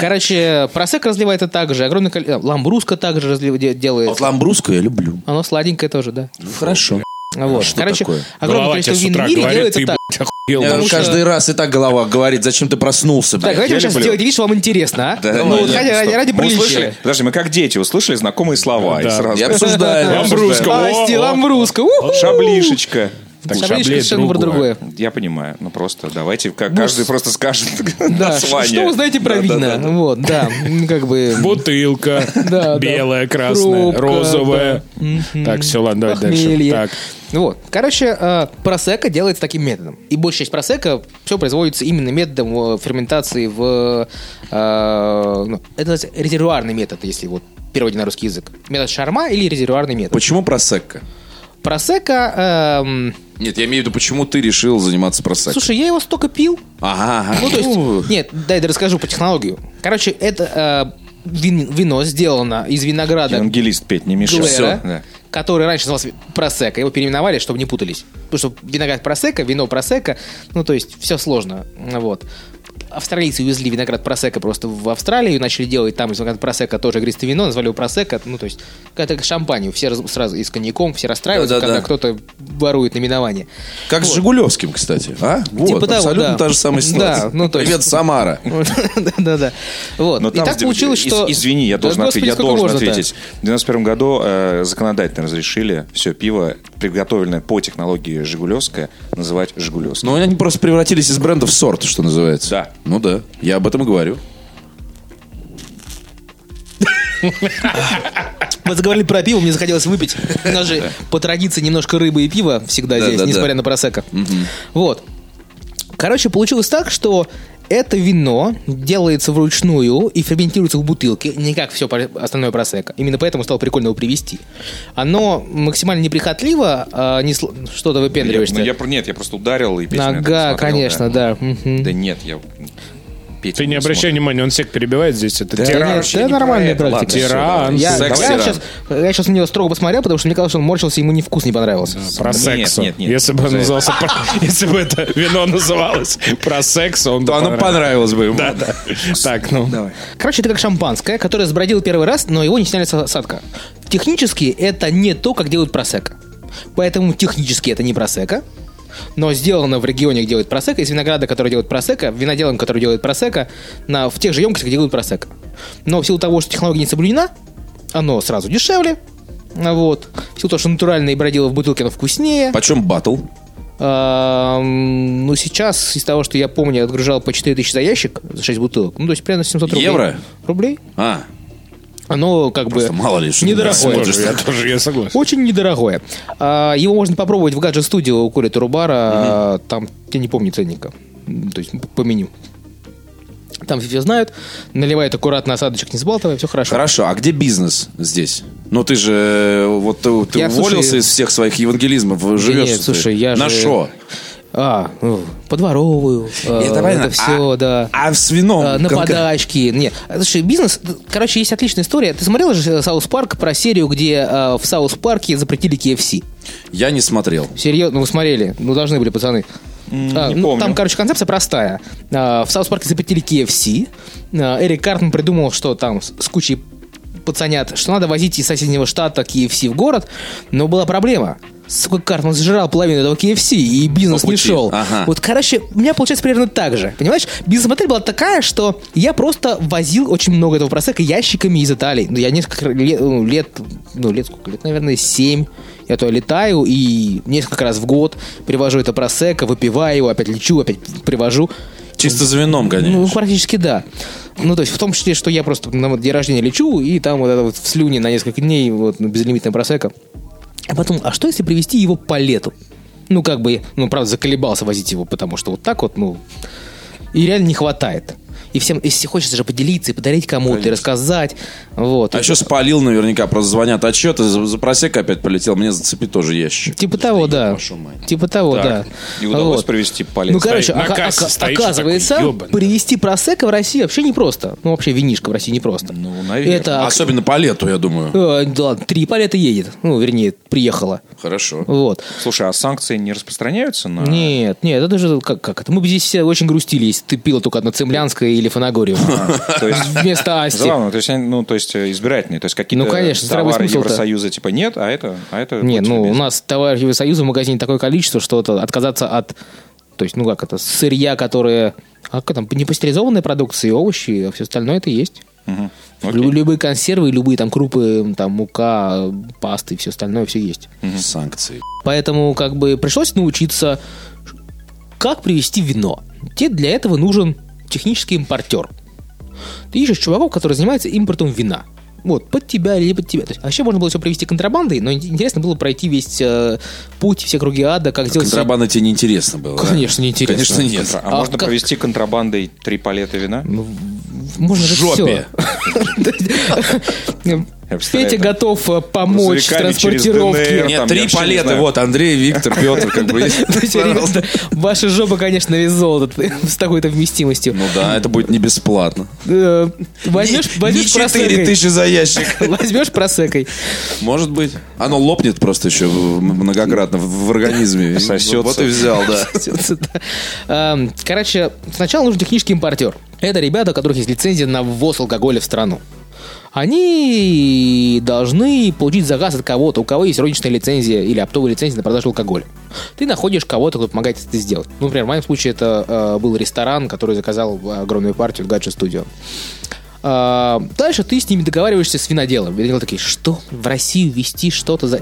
S5: Короче, просек разливает это так же, огромное количество, ламбруска также разлив... де-
S4: А
S5: делает.
S4: Вот ламбруску я люблю.
S5: Оно сладенькое тоже, да.
S4: Хорошо.
S5: Вот.
S4: что
S5: Короче,
S4: такое?
S5: огромное
S3: голова тебе
S5: количество
S3: с
S5: вин в
S3: утра
S5: мире
S3: говорит,
S5: делается
S3: ты,
S5: так.
S3: блядь, охуел.
S4: Я
S5: Потому
S4: вот
S5: что-
S4: Каждый раз и так голова говорит, зачем ты проснулся,
S5: Так,
S4: блядь?
S5: давайте
S1: я
S5: вы сейчас
S1: люблю.
S5: сделаете вид, что вам интересно, а?
S4: Да,
S5: ну,
S4: ладно,
S5: вот ради, ради, ради
S1: Мы услышали,
S5: приличия.
S1: подожди, мы как дети услышали знакомые слова. И
S3: Да.
S1: сразу
S4: Я обсуждаю. я
S3: Ламбруску.
S4: обсуждаю.
S5: Асти,
S3: О, о.
S5: ламбруска. уху.
S1: шаблишечка.
S3: Так,
S5: Шаблишка
S3: шаблей
S5: совершенно про
S3: другое.
S5: другое.
S1: Я понимаю, ну просто давайте, как каждый просто скажет
S5: Ну,
S1: <laughs>
S5: Да,
S1: название.
S5: что вы знаете про вина? Вот, да, м, как бы... Да,
S3: Бутылка.
S5: <laughs> да.
S3: Белая, красная,
S5: Пробка,
S3: розовая.
S5: да. Мгм.
S3: Так, все, ладно, давай дальше.
S5: Похмелье.
S3: Так.
S5: Вот. Короче, э, просека делается таким методом. И большая часть просека все производится именно методом э, ферментации в... э, ну, это называется резервуарный метод, если вот в переводе на русский язык. Метод шарма или резервуарный метод.
S4: Почему просекка?
S5: Просека... эм,
S4: Нет, я имею в виду, почему ты решил заниматься просеккой?
S5: слушай, я его столько пил,
S4: Ага, ага.
S5: Ну, то есть, нет, дай я расскажу по технологию. Короче, это э, вин- вино сделано из винограда
S1: Евангелист петь не мешай.
S5: Глэра,
S1: Всё, да.
S5: который раньше назывался Просека. Его переименовали, чтобы не путались. Потому что виноград Просека, вино Просека, ну, то есть все сложно. Вот. австралийцы увезли виноград просека просто в Австралию и начали делать там из винограда просека тоже игристое вино, назвали его просека, ну, то есть, как-то шампанию, все раз- сразу и с коньяком, все расстраиваются,
S4: Да-да-да.
S5: когда кто-то ворует наименование.
S4: Как с Жигулевским, кстати. А? Вот,
S5: того,
S4: абсолютно
S5: да.
S4: та же самая ситуация.
S5: Да, ну, то есть-
S4: Привет, Самара.
S5: <laughs> Да-да-да. Вот.
S1: Но
S5: И
S1: там
S5: так
S1: в-
S5: получилось,
S1: из-
S5: что...
S1: Извини, я
S5: Да,
S1: должен,
S5: господи,
S1: ответить, я
S5: сколько
S1: должен
S5: можно-то?
S1: ответить. В 91 году э, законодательно разрешили все пиво, приготовленное по технологии Жигулевская, называть Жигулевское.
S5: Ну,
S4: Но Ну, они просто превратились из бренда в сорт, что называется.
S1: Да.
S4: Ну да, я об этом и говорю.
S5: Мы заговорили про пиво, мне захотелось выпить. У нас же по традиции немножко рыбы и пива всегда
S4: Да,
S5: здесь,
S4: да, да.
S5: несмотря на просека. Вот. Короче, получилось так, что это вино делается вручную и ферментируется в бутылке, не как все остальное просека. Именно поэтому стало прикольно его привести. Оно максимально неприхотливо, а, не сл- что-то
S1: Я-
S5: выпендриваешься.
S1: ну, я про- нет, я просто ударил и песню на это
S5: Нога,
S1: посмотрел,
S5: конечно, да. Мгм.
S1: Да нет, я...
S3: Ты не обращай
S1: Ну,
S3: внимания, он всех перебивает здесь. Это
S5: Да
S3: тиран.
S5: нет, это нормальная практика.
S3: Тиран.
S5: Я,
S4: Секс тиран.
S5: сейчас, на него строго посмотрел, потому что мне казалось, что он морщился, ему ни вкус не понравился.
S3: Про секс.
S1: нет, нет.
S3: Если бы он назывался... про- <laughs> Если бы это вино называлось про секс, он бы
S4: То оно
S3: понравился.
S4: понравилось бы ему.
S3: Да, да. Так, ну.
S5: Короче, это как шампанское, которое сбродил первый раз, но его не сняли с осадка. Технически это не то, как делают просека. Поэтому технически это не просека. Но сделано в регионе, где делают просека, из винограда, который делает просека, виноделом, который делает просека, на, в тех же емкостях, где делают просека. Но в силу того, что технология не соблюдена, оно сразу дешевле, а вот. В силу того, что натуральное и бродило в бутылке, оно вкуснее.
S4: Почем батл?
S5: Эм, Ну, сейчас, из того, что я помню, я отгружал по 4000 за ящик, за 6 бутылок. Ну, то есть примерно 700 рублей.
S4: Евро?
S5: Рублей.
S4: А,
S5: Оно как
S4: просто
S5: бы...
S4: мало ли что.
S5: недорогое.
S4: Смотришь,
S3: Тоже, Я тоже, я согласен.
S5: Очень недорогое. А, Его можно попробовать в гаджет студио у Коли Турубара. А, Там, я не помню ценника. М, То есть по меню. Там все знают. Наливает аккуратно осадочек, не сбалтывая, все хорошо.
S4: Хорошо, а где бизнес здесь? Ну ты же э, вот ты, ты
S5: Я, слушай,
S4: уволился из всех своих евангелизмов, живешь.
S5: нет,
S4: ты.
S5: слушай, я
S4: на
S5: же-
S4: шо?
S5: А, ну, подворовую. э,
S4: Это понятно.
S5: все,
S4: А-
S5: да.
S4: А с вином?
S5: Э, на
S4: конкретно?
S5: подачки. Нет. Слушай, бизнес... Короче, есть отличная история. Ты смотрел же Саус Парк про серию, где э, в Саус Парке запретили KFC?
S4: Я не смотрел.
S5: Серьезно? Ну, вы смотрели. Ну, должны были, пацаны. А,
S1: не
S5: ну,
S1: помню.
S5: Там, короче, концепция простая. А, в Саус Парке запретили KFC. А, Эрик Картман придумал, что там с, с кучей пацанят, что надо возить из соседнего штата KFC в город. Но была проблема. Сука, Картман сжирал половину этого KFC, и бизнес
S4: По
S5: не
S4: пути.
S5: шел.
S4: Ага.
S5: Вот, короче, у меня получается примерно так же. Понимаешь? Бизнес-модель была такая, что я просто возил очень много этого просека ящиками из Италии. Ну, я несколько лет, ну, лет, ну, лет сколько лет, наверное, семь. Я то летаю и несколько раз в год привожу это просека, выпиваю его, опять лечу, опять привожу.
S4: Чисто за вином, конечно.
S5: Ну, практически да. Ну, то есть, в том числе, что я просто на вот день рождения лечу, и там вот это вот в слюне на несколько дней, вот, ну, безлимитная просека. А потом, а что если привезти его по лету? Ну, как бы, ну, правда, заколебался возить его, потому что вот так вот, ну, и реально не хватает. И всем, если хочется же поделиться и подарить кому-то, и рассказать, вот.
S4: А еще спалил наверняка, просто звонят отчеты, за, за просек опять полетел, мне зацепи тоже ящик.
S5: Типа того, да.
S4: вашу мать.
S5: Типа того, да.
S1: И удалось
S5: Вот.
S1: привести палец.
S5: Ну, короче,
S3: Стоит на
S5: ока-
S3: кассе,
S5: ока-
S3: стоишь и
S5: оказывается,
S3: такой, ёбаный.
S5: привезти просека в России вообще непросто. Ну, вообще винишка в России непросто.
S1: Ну, наверное.
S5: Это
S4: Особенно по лету, я думаю.
S5: Э, да ладно, три палета едет. Ну, вернее, приехала.
S4: Хорошо.
S5: Вот.
S1: Слушай, а санкции не распространяются на...
S5: Нет, нет, это же как, как это? Мы бы здесь все очень грустили, если ты пила только на Цемлянское или Фанагорию.
S1: <laughs> То есть...
S5: <laughs> Вместо Асти.
S1: Забавно, то есть, они, ну, то есть э, избирательные, то есть какие-то
S5: Ну, конечно, здравый
S1: товары
S5: смысл-то.
S1: Евросоюза типа нет, а это, а это
S5: Не,
S1: вот
S5: ну
S1: тебе.
S5: у нас товаров Евросоюза в магазине такое количество, что это отказаться от, то есть, ну как это, сырья, которое, а как там, непастеризованная продукция, и овощи, а все остальное это есть.
S1: окей.
S5: Лю- Любые консервы, любые там крупы, там мука, пасты, все остальное, все есть.
S4: Санкции.
S5: Поэтому как бы пришлось научиться, как привести вино. Тебе для этого нужен технический импортер. Ты ищешь чуваков, который занимается импортом вина. Вот, под тебя или не под тебя. То есть, вообще можно было все привести контрабандой, но ин- интересно было пройти весь э, путь, все круги ада, как сделать...
S4: Контрабанда тебе не интересно было? да?
S5: Конечно, неинтересно.
S4: Конечно, нет.
S1: А,
S5: А
S1: можно
S5: как-
S1: провести контрабандой три палета вина?
S5: <laughs> Можно же
S4: жопе.
S5: все.
S1: представляю,
S5: Петя
S1: там,
S5: готов э, помочь в
S1: грузовиками через
S5: транспортировке.
S1: ДНР,
S4: Нет,
S5: <laughs>
S1: там, я
S4: три
S1: вообще не
S4: палеты,
S1: знаю.
S4: вот, Андрей, Виктор, Петр, как бы. есть.
S5: Ну, серьезно, ваша жопа, конечно, вес золота <laughs> с такой-то вместимостью.
S4: Ну да, это будет не бесплатно.
S5: Э, Возьмешь,
S4: Не- не
S5: возьмешь
S4: четыре
S5: просекой. <laughs>
S4: тысячи за ящик.
S5: Возьмешь просекой.
S4: Может быть. Оно лопнет просто еще в- многократно в в организме.
S1: Сосется.
S4: Вот и взял, да.
S5: Отсюда, да. Эм, Короче, сначала нужен технический импортер. Это ребята, у которых есть лицензия на ввоз алкоголя в страну. Они должны получить заказ от кого-то, у кого есть розничная лицензия или оптовая лицензия на продажу алкоголя. Ты находишь кого-то, кто помогает это сделать. Ну, например, в моем случае это э, был ресторан, который заказал э, огромную партию в Гаджи Студио. А, дальше ты с ними договариваешься с виноделом. Винодел такие, что в Россию вести что-то за...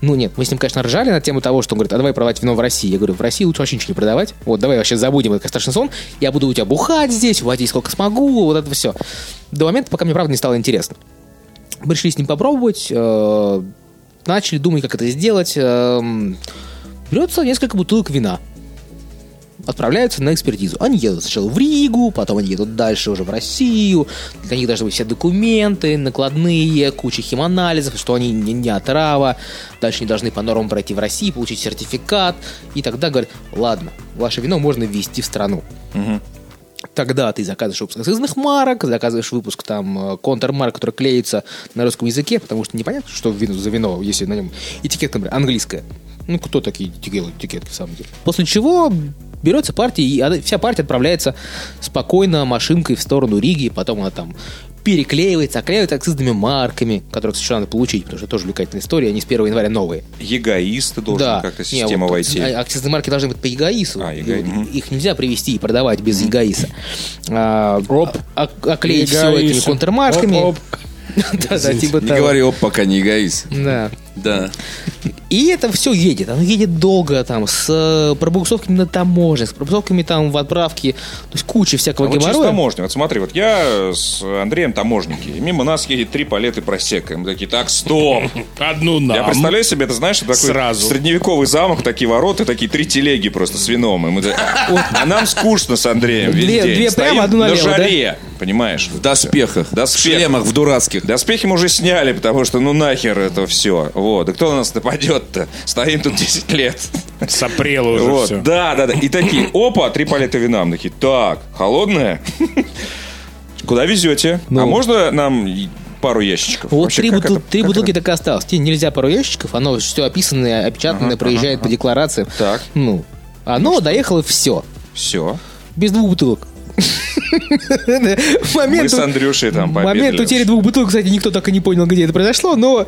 S5: Ну нет, мы с ним, конечно, ржали на тему того, что он говорит, а давай продавать вино в России. Я говорю, в России лучше вообще ничего не продавать. Вот, давай вообще забудем этот страшный сон. Я буду у тебя бухать здесь, водить сколько смогу, вот это все. До момента, пока мне правда не стало интересно. Мы решили с ним попробовать, э, начали думать, как это сделать. Эм, берется несколько бутылок вина отправляются на экспертизу. Они едут сначала в Ригу, потом они едут дальше уже в Россию. Для них должны быть все документы, накладные, куча химанализов, что они не, не отрава. Дальше они должны по нормам пройти в России, получить сертификат. И тогда говорят, ладно, ваше вино можно ввести в страну. Тогда ты заказываешь выпуск акцизных марок, заказываешь выпуск там э, контрмарок, который клеится на русском языке, потому что непонятно, что вино за вино, если на нем этикетка, например, английская. Ну, кто такие эти- делают этикетки, в самом деле? После чего берется партия, и она- вся партия отправляется спокойно машинкой в сторону Риги, потом она там переклеивается, оклеивается акцизными марками, которые, кстати, еще надо получить, потому что это тоже увлекательная история, они с 1 января новые.
S1: Егоисты должен
S5: Да.
S1: как-то
S5: Не,
S1: система
S5: вот,
S1: войти.
S5: а- Акцизные марки должны быть по ЕГАИСу.
S1: А, ЕГАИ,
S5: И-
S1: мгм.
S5: Их нельзя привести и продавать без ЕГАИСа. А,
S3: Оп.
S5: а- Оклеить все этими
S3: Эгоист.
S5: контрмарками.
S3: Оп, оп.
S5: <laughs> Да, да, типа
S4: Не
S5: того.
S4: говори, оп, пока не эгоист.
S5: Да.
S4: Да.
S5: И это все едет. Оно едет долго, там, с э, пробуксовками на таможне, с пробуксовками там в отправке. То есть куча всякого
S1: А вот через
S5: геморроя.
S1: таможню. Вот смотри, вот я с Андреем таможники. И мимо нас едет три палеты просека. И мы такие, так, стоп.
S3: Одну нам.
S5: А
S1: Я представляю себе, это знаешь, такой
S3: Сразу.
S1: средневековый замок, такие ворота, такие три телеги просто с вином. И мы так, А нам скучно с Андреем весь
S5: Две-
S1: день.
S5: две
S1: Стоим
S5: прямо, одну
S1: на
S5: налево, да?
S1: жаре, понимаешь?
S4: В доспехах. В
S1: Доспех.
S4: шлемах, в дурацких.
S1: Доспехи мы уже сняли, потому что ну нахер это все. Вот. И кто на нас нападет-то? Стоим тут 10 лет.
S3: С апреля уже
S1: вот.
S3: все.
S1: Да, да, да. И
S5: <coughs>
S1: такие, опа, три палета вина. Мы такие, так, холодная? <laughs> Куда везете? А можно нам и пару ящичков?
S5: Вот
S1: Вообще,
S5: Ну.
S1: как
S5: три, бутыл-
S1: это-
S5: три
S1: как
S5: бутылки так и осталось. Тебе нельзя пару ящичков, оно все описанное, опечатанное, проезжает по декларациям.
S1: Так.
S5: Ну, оно доехало все.
S1: Все.
S5: Без двух бутылок.
S1: <laughs> Мы
S5: Момент,
S1: с Андрюшей там пообедали.
S5: момент утери двух бутылок, кстати, никто так и не понял, где это произошло, но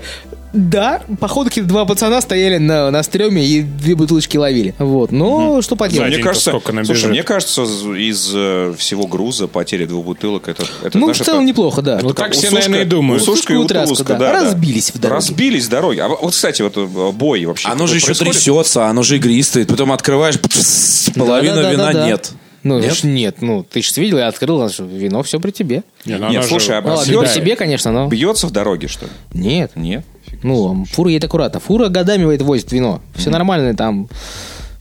S5: да, походки два пацана стояли на, на стреме и две бутылочки ловили. Вот, но что
S1: Ну,
S5: поделать.
S1: мне
S3: день-то
S1: кажется,
S3: сколько набежит?
S1: слушай, мне кажется, из э, всего груза потеря двух бутылок это, это
S5: Ну, в
S1: знаешь, это-
S5: целом неплохо, да.
S1: это
S3: так
S1: как
S3: все,
S1: Усушка-
S3: наверное, и думают.
S1: Усушка и
S5: Усушка и
S1: утруска,
S5: Утраска,
S1: да,
S5: да.
S1: да.
S5: Разбились в дороге.
S1: Разбились в дороге. А вот, кстати, вот э, бой вообще.
S4: Оно же
S1: какой
S4: еще
S1: происходит.
S4: трясется, оно же игристое. Потом открываешь, пф, половина
S5: Да-да-да-да-да.
S4: вина нет.
S5: Ну, нет? нет, ну, ты же видел, я открыл, а что вино все при тебе.
S3: Не, ну
S1: Нет,
S3: она же-
S1: слушай, а
S5: Ну, ладно, не
S1: бьёт-
S5: при себе, конечно, но...
S1: Бьется в дороге, что ли?
S5: Нет.
S1: Нет.
S5: Ну, фура едет аккуратно. Фура годами воет, возит вино. Все нормально там.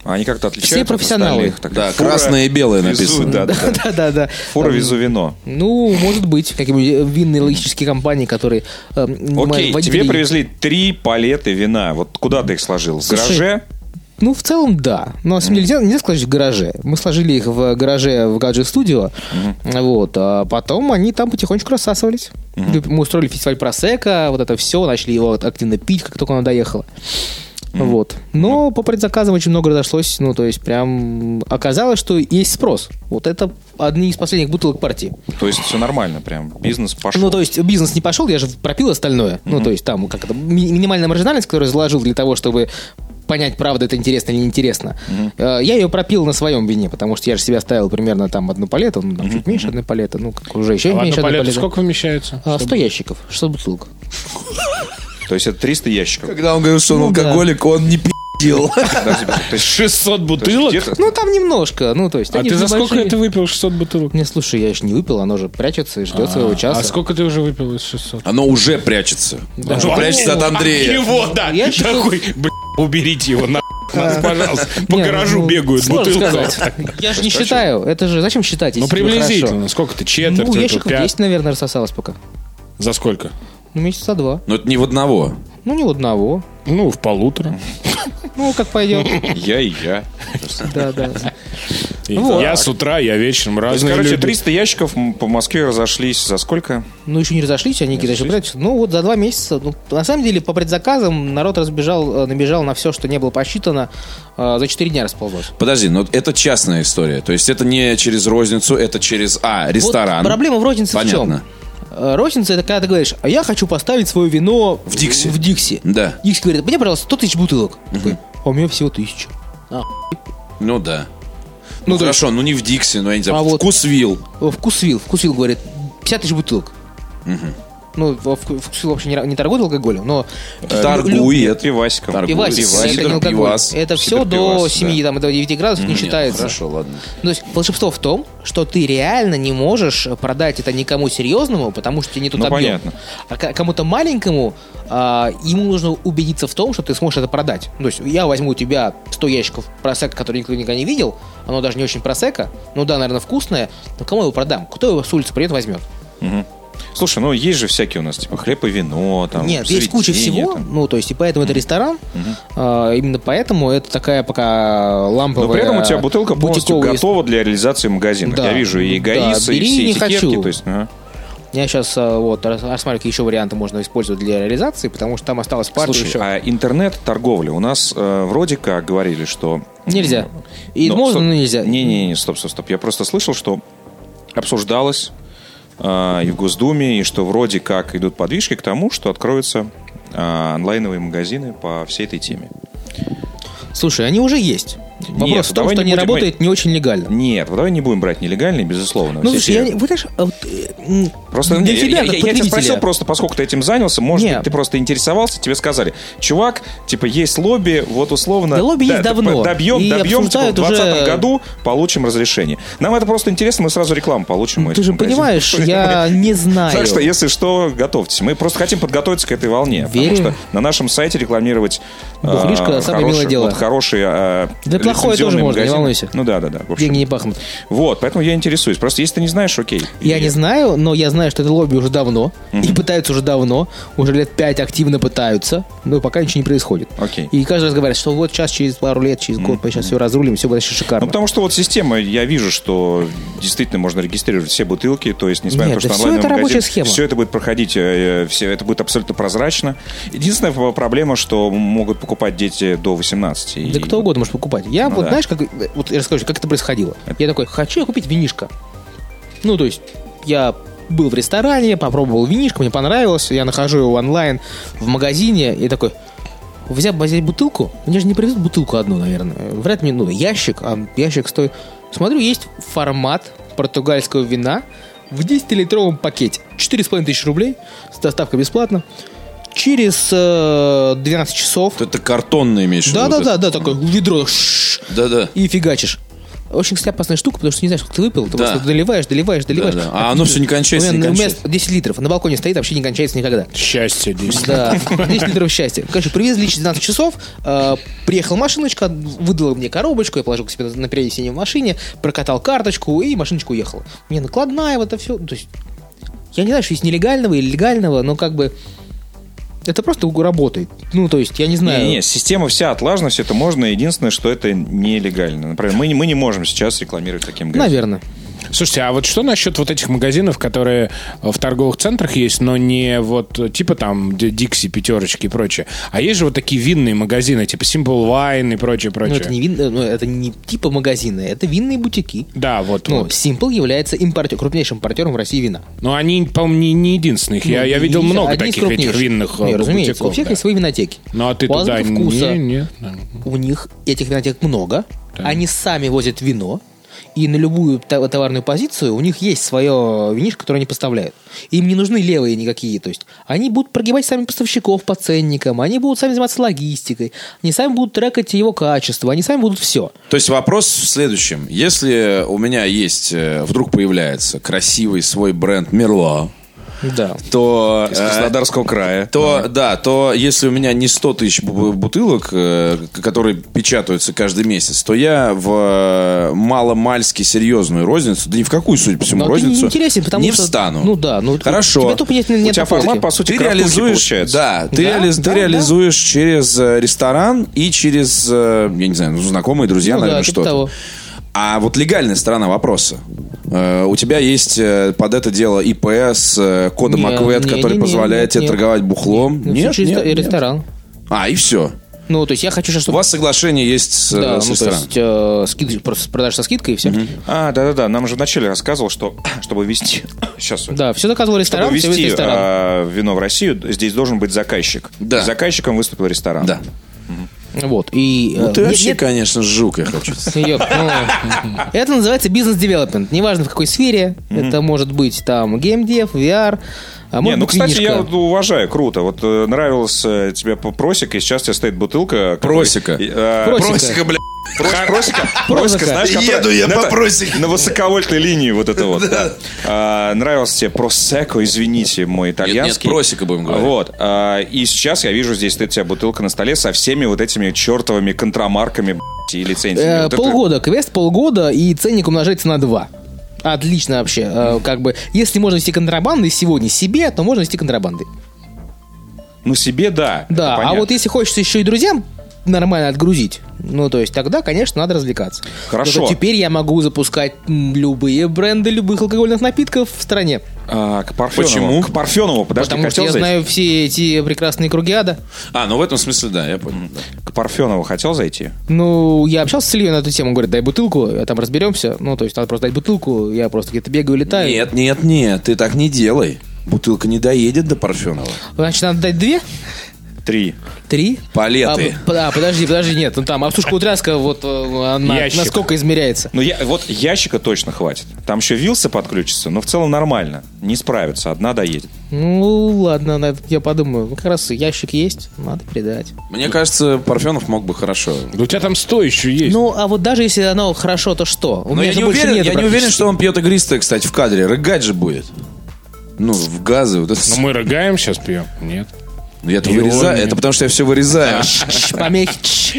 S1: Они как-то отличаются от
S5: профессионалы.
S1: остальных. Так,
S4: Да,
S1: фура
S4: красное и белое
S1: везу,
S4: написано.
S1: Да, да, да.
S5: Да-да-да.
S1: Фура везу вино.
S5: Ну, может быть, какие-нибудь э, винные логистические компании, которые... э,
S1: Окей,
S5: нанимают водителей.
S1: тебе привезли три палеты вина. Вот куда ты их сложил? В
S5: Слушай,
S1: гараже?
S5: Ну, в целом, да. Но, на самом деле, нельзя, нельзя сложить в гараже. Мы сложили их в гараже в Гаджет Студио. Вот. А потом они там потихонечку рассасывались. Мы устроили фестиваль просека, вот это все. Начали его активно пить, как только оно доехало. Вот. Но по предзаказам очень много разошлось. Ну, то есть, прям оказалось, что есть спрос. Вот это одни из последних бутылок партии.
S1: То есть все нормально, прям бизнес пошел.
S5: Ну, то есть бизнес не пошел, я же пропил остальное. Ну, то есть там как это ми- минимальная маржинальность, которую я заложил для того, чтобы понять, правда это интересно или неинтересно. Э, Я ее пропил на своем вине, потому что я же себя ставил примерно там одну палету, ну, там чуть меньше одной палеты, ну, как уже еще
S3: А ладно,
S5: меньше одной
S3: палета
S5: палеты.
S3: сколько вмещается?
S5: А, 100 ящиков, 600 бутылок.
S1: То есть это 300 ящиков.
S4: Когда он говорил, что он
S5: Ну да.
S4: алкоголик, он не пи***л.
S1: Подожди, то есть-
S3: 600
S1: то есть
S3: бутылок?
S1: где-то-
S5: Ну, там немножко, ну, то есть...
S3: А
S5: они
S3: ты
S5: же
S3: за сколько
S5: небольшие.
S3: это выпил 600 бутылок?
S5: Не, слушай, я еще не выпил, оно же прячется и ждет своего часа.
S3: А сколько ты уже выпил из 600?
S4: <laughs> Оно уже прячется. Он же
S3: Ну,
S4: прячется от
S3: ну,
S4: Андрея.
S3: его, да.
S5: Я
S3: Ты
S5: считал-
S3: такой, «Бля, уберите его на нас, пожалуйста. По
S5: Не, ну,
S3: гаражу
S5: ну,
S3: бегают
S5: сложно
S3: <laughs> бутылки.
S5: сказать. Я же не считаю. Это же зачем считать?
S3: Ну,
S5: если тебе хорошо?
S3: приблизительно. Сколько ты? Четверть?
S5: Ну,
S3: выпил,
S5: ящиков
S3: пять?
S5: 10, наверное, рассосалось пока.
S3: За сколько?
S5: Ну, месяца два.
S4: Но это не в одного.
S5: Ну, не у одного.
S3: Ну, в полутора.
S5: Ну, как пойдет.
S4: Я и я.
S5: Да, да.
S3: И
S5: Вот.
S3: Я с утра, я вечером
S1: То есть,
S3: разные
S1: короче,
S3: люди.
S1: 300 ящиков м- по Москве разошлись за сколько?
S5: Ну, еще не разошлись, они какие-то еще прячутся. Ну, вот за два месяца. Ну, на самом деле, по предзаказам народ разбежал, э, набежал на все, что не было посчитано. э, За четыре дня расползлось.
S4: Подожди, но это частная история. То есть это не через розницу, это через, а,
S5: Вот
S4: ресторан.
S5: проблема в рознице
S4: Понятно.
S5: в чем? Э, Розница это когда ты говоришь, а я хочу поставить свое вино в
S4: Дикси».
S5: В Дикси.
S4: Да.
S5: Дикси говорит, мне, пожалуйста, 100 тысяч бутылок. Такой, А у меня всего тысяча.
S4: Ну да.
S5: Ну,
S4: Ну,
S5: то
S4: хорошо, ну не в Дикси, но я не знаю,
S5: А вот-
S4: вкусвилл.
S5: О, Вкусвилл. Вкусвилл говорит, 50 тысяч бутылок. Ну, во- вку- Вкусвилл вообще не, ра- не торгует алкоголем, но... э, лю-
S4: Торгует.
S1: Пивасиком.
S4: Торгует.
S5: Пивасик,
S4: Пивасик,
S5: это не алкоголь.
S4: пивас.
S5: Это все
S4: Сидр
S5: до
S4: пивас,
S5: 7, там, до 9 градусов не считается.
S4: Хорошо, ладно.
S5: Ну, То есть волшебство в том, что ты реально не можешь продать это никому серьезному, потому что тебе не тот
S1: Ну,
S5: объем.
S1: понятно.
S5: А к- кому-то маленькому а, ему нужно убедиться в том, что ты сможешь это продать. Ну, То есть я возьму у тебя 100 ящиков просека, которые никто никогда не видел, оно даже не очень просека, ну да, наверное, вкусное, но кому я его продам? Кто его с улицы придет, возьмет?
S1: Слушай, ну есть же всякие у нас, типа хлеб и вино, там.
S5: Нет, есть куча
S1: заведения,
S5: всего,
S1: там.
S5: ну, то есть, и поэтому это ресторан, а, именно поэтому это такая пока ламповая...
S1: Но при этом у тебя бутылка полностью
S5: бутиковая
S1: готова для реализации магазина.
S5: Да.
S1: Я вижу и
S5: Да,
S1: эгоисы, и
S5: бери,
S1: все
S5: не
S1: этикетки.
S5: хочу.
S1: То есть, ага.
S5: Я сейчас вот рас- рассматриваю, какие еще варианты можно использовать для реализации, потому что там осталось пару
S1: Слушай,
S5: еще.
S1: а интернет-торговля у нас э, вроде как говорили, что...
S5: Нельзя. И
S1: Ну,
S5: можно,
S1: стоп.
S5: но нельзя.
S1: Не-не-не, стоп, стоп, стоп. Я просто слышал, что обсуждалось э, и в Госдуме, и что вроде как идут подвижки к тому, что откроются э, онлайновые магазины по всей этой теме.
S5: Слушай, они уже есть. Вопрос
S1: Нет,
S5: в том,
S1: давай
S5: что
S1: не
S5: они
S1: будем-
S5: работают не очень легально.
S1: Нет, вот давай не будем брать нелегальные, безусловно.
S5: Ну,
S1: все
S5: слушай, я
S1: эти-
S5: не- вы знаешь, а вот, э, м,
S1: Просто
S5: для
S1: не,
S5: тебя,
S1: я,
S5: как
S1: я- я тебя
S5: потребителя.
S1: спросил просто, поскольку ты этим занялся, может
S5: Не.
S1: быть, ты просто интересовался, тебе сказали, чувак, типа, есть лобби, вот условно...
S5: Да лобби есть
S1: типа,
S5: давно.
S1: Добьем,
S5: И
S1: добьем, типа, в
S5: обсуждают уже-
S1: 2020 году получим разрешение. Нам это просто интересно, мы сразу рекламу получим. у
S5: Ну, Ты
S1: этих
S5: же
S1: магазинов. <laughs>
S5: понимаешь, я не знаю.
S1: Так что, если что, готовьтесь. Мы просто хотим подготовиться к этой волне.
S5: Верим.
S1: Потому что на нашем сайте рекламировать... э,
S5: Бухлишка Ну, самое милое
S1: хорошие-
S5: дело.
S1: Вот хорошие э,
S5: Да плохое тоже
S1: лицензионные
S5: можно, не
S1: магазины.
S5: волнуйся.
S1: Ну да, да, да. в общем.
S5: Деньги не пахнут.
S1: Вот, поэтому я интересуюсь. Просто если ты не знаешь, окей.
S5: Я
S1: И-
S5: не знаю, но я знаю, что это лобби уже давно. И пытаются уже давно. Уже лет пять активно пытаются. Но пока ничего не происходит.
S1: Окей.
S5: И каждый раз говорят, что вот сейчас, через пару лет, через год мы сейчас все разрулим, все будет вообще
S1: Ну,
S5: шикарно.
S1: потому что вот система, я вижу, что действительно можно регистрировать все бутылки, то есть, несмотря
S5: Нет,
S1: на то,
S5: да
S1: что
S5: всё
S1: онлайн
S5: это рабочая схема.
S1: все это будет проходить, э, э, все это будет абсолютно прозрачно. Единственная п- проблема, что могут покупать дети до 18. и-
S5: Да кто угодно может покупать. Я
S1: Ну
S5: вот,
S1: да.
S5: знаешь, как, вот я расскажу, как это происходило. Я такой, хочу я купить винишко. Ну, то есть, я был в ресторане, попробовал винишко, мне понравилось, я нахожу его онлайн в магазине и такой, взять, взять бутылку, мне же не привезут бутылку одну, наверное. Вряд ли, мне, ну, ящик, а ящик стоит... Смотрю, есть формат португальского вина в 10-литровом пакете. 4,5 тысячи рублей, с доставкой бесплатно. Через э, 12 часов...
S4: Это картонный имеешь в виду,
S5: Да,
S4: вот
S5: да,
S4: это?
S5: да, да, такое ведро шш,
S4: Да-да.
S5: и фигачишь. Очень, кстати, опасная штука, потому что ты не знаешь, сколько ты выпил.
S4: Да.
S5: Ты просто доливаешь, доливаешь, доливаешь.
S4: да. А оно всё не кончается,
S5: У меня,
S4: не
S5: у меня
S4: кончается.
S5: 10 литров. На балконе стоит, вообще не кончается
S4: <laughs>
S5: никогда.
S3: Счастье действительно.
S5: Да, 10 литров счастья. Короче, привезли через 12 часов, э, приехала машиночка, выдала мне коробочку, я положил к себе на- на переднее сиденье в машине, прокатал карточку, и машиночка уехала. Мне накладная, вот это все. То есть, я не знаю, что есть нелегального или легального, но как бы это просто работает. Ну, то есть, я не знаю.
S1: Не, не, система вся отлажена, все это можно. Единственное, что это нелегально. Например, мы, не- мы не можем сейчас рекламировать таким магазин.
S5: Наверное.
S3: Слушайте, а вот что насчет вот этих магазинов, которые в торговых центрах есть, но не вот э, типа там Ди- Дикси, Пятерочки и прочее, а есть же вот такие винные магазины, типа Simple Wine и прочее,
S5: Ну,
S3: прочее.
S5: это не вин, э, ну, это не типа магазины, это винные бутики.
S3: Да, вот.
S5: Ну,
S3: вот.
S5: Simple является импортер, крупнейшим импортером в России вина.
S3: Но они, по-моему, не, не единственных. я, я
S5: Ну,
S3: видел
S5: и-
S3: много
S5: одни из
S3: таких этих
S5: крупнейших.
S3: винных э,
S5: Не, разумеется,
S3: бутиков,
S5: у всех
S3: да.
S5: есть свои винотеки.
S3: Ну, а ты
S5: у
S3: туда
S5: «Азбука вкуса,
S3: не, не, да.
S5: У них этих винотек много. Они сами возят вино. И на любую та- товарную позицию у них есть свое винишко, которое они поставляют. Им не нужны левые никакие. То есть они будут прогибать сами поставщиков по ценникам, они будут сами заниматься логистикой, они сами будут трекать его качество, они сами будут все.
S4: То есть вопрос в следующем. Если у меня есть, э, вдруг появляется красивый свой бренд Мерла,
S5: Да.
S4: то...
S1: Из
S4: э,
S1: Краснодарского края.
S4: то, да, то если у меня не 100 тысяч бу- бутылок, э, к- которые печатаются каждый месяц, то я в э, маломальски серьезную розницу, да ни в какую, судя по всему,
S5: Но ты
S4: розницу,
S5: не интересен, потому
S4: не
S5: что...
S4: встану.
S5: Ну да, ну
S4: Хорошо.
S5: Тебе тупо нет, нет
S1: У тебя
S5: опорки.
S1: формат, по сути,
S4: ты
S1: крапухи
S4: реализуешь,
S1: получается.
S4: да, ты,
S5: Да,
S4: реализ- ты
S5: да, да.
S4: реализуешь через э, ресторан и через, э, я не знаю, ну, знакомые, друзья,
S5: Ну да,
S4: наверное,
S5: типа
S4: что-то.
S5: того.
S4: А вот легальная сторона вопроса. Э, У тебя есть э, под это дело ИП с э, кодом
S5: Не,
S4: АКВЭД,
S5: не,
S4: который
S5: не, не,
S4: позволяет
S5: нет,
S4: тебе
S5: нет.
S4: торговать бухлом.
S5: Ну,
S4: Нет,
S5: всё через
S4: нет,
S5: ре-
S4: нет.
S5: ресторан.
S4: А, и все.
S5: Ну, то есть я хочу,
S4: У
S5: чтобы...
S4: вас соглашение есть с, э,
S5: Да,
S4: с
S5: ну, то
S4: рестораном.
S5: есть э, скидки, просто продаж со скидкой и все.
S1: А, да-да-да, нам же вначале рассказывал, что <clears throat> чтобы <coughs> вести... Сейчас,
S5: Да, все заказывал
S1: чтобы
S5: ресторан, все
S1: вести
S5: ресторан.
S1: а, вино в Россию, здесь должен быть заказчик.
S4: Да.
S1: Заказчиком выступил ресторан.
S4: Да.
S5: Вот, и... э,
S4: Ну, ты
S5: нет-
S4: вообще,
S5: нет-
S4: конечно, жук, я хочу. сказать.
S5: Ёп, ну, <laughs> Это называется бизнес-девелопмент. Неважно, в какой сфере. Это может быть там геймдев, VR. А
S1: Не,
S5: может
S1: ну,
S5: быть,
S1: кстати, я
S5: книжка.
S1: вот уважаю, круто. Вот э, нравилась э, тебе п- просека, и сейчас тебе стоит бутылка. которой-
S4: Просека.
S1: И, э,
S5: Просека.
S4: Просика, бля.
S1: Прос- Просека?
S5: Прозака.
S1: Просека, знаешь,
S4: Еду
S1: которая-
S4: я
S1: на
S4: по
S1: это-
S4: просеке.
S1: На высоковольтной линии вот это
S4: <laughs>
S1: вот, да. А, Нравился тебе просеко, извините, мой итальянский.
S4: нет, просека будем говорить.
S1: Вот. А, И сейчас я вижу, здесь стоит у тебя бутылка на столе со всеми вот этими чертовыми контрамарками б***ь, и лицензиями.
S5: Э,
S1: Вот это-
S5: полгода, квест полгода, и ценник умножается на 2. Отлично вообще. Э, Как бы, если можно вести контрабанды сегодня себе, то можно вести контрабанды.
S1: Ну, себе да.
S5: Да,
S1: это
S5: а
S1: понятно.
S5: вот если хочется еще и друзьям нормально отгрузить, ну, то есть тогда, конечно, надо развлекаться.
S1: Хорошо.
S5: Зато теперь я могу запускать м, любые бренды любых алкогольных напитков в стране.
S1: А, к Парфенову.
S4: Почему?
S1: К Парфенову, подожди,
S5: потому что
S1: хотел
S5: я
S1: зайти?
S5: знаю все эти прекрасные круги ада.
S4: А, ну в этом смысле, да, я понял. да.
S1: К Парфенову хотел зайти?
S5: Ну, я общался с Ильей на эту тему, говорит, дай бутылку, а там разберемся. Ну, то есть надо просто дать бутылку, я просто где-то бегаю, летаю.
S4: Нет, нет, нет, ты так не делай. Бутылка не доедет до Парфенова.
S5: Значит, надо дать две,
S1: Три.
S5: три.
S4: Палеты.
S5: А, под- а, подожди, подожди, нет, ну там, а сушка-утряска, вот э, она
S1: Ящик.
S5: насколько измеряется?
S1: Ну, я, вот ящика точно хватит. Там еще вилса подключится, но в целом нормально. Не справится, одна доедет.
S5: Ну, ладно, на это я подумаю. Ну, как раз ящик есть, надо передать.
S4: Мне кажется, Парфенов мог бы хорошо.
S3: Да у тебя там сто еще есть.
S5: Ну, а вот даже если оно хорошо, то что? У
S4: Но я
S5: же
S4: не,
S5: больше
S4: уверен,
S5: нету
S4: я не уверен,
S5: практически.
S4: что он пьет игристое, кстати, в кадре. Рыгать же будет. Ну, в газы. Вот это...
S3: Ну, мы рыгаем сейчас пьем? Нет.
S4: Ну, я это
S3: и он
S4: вырезаю.
S3: не-
S4: Это потому, что я все вырезаю.
S5: Чш, Помехи.
S4: <laughs>
S5: чш.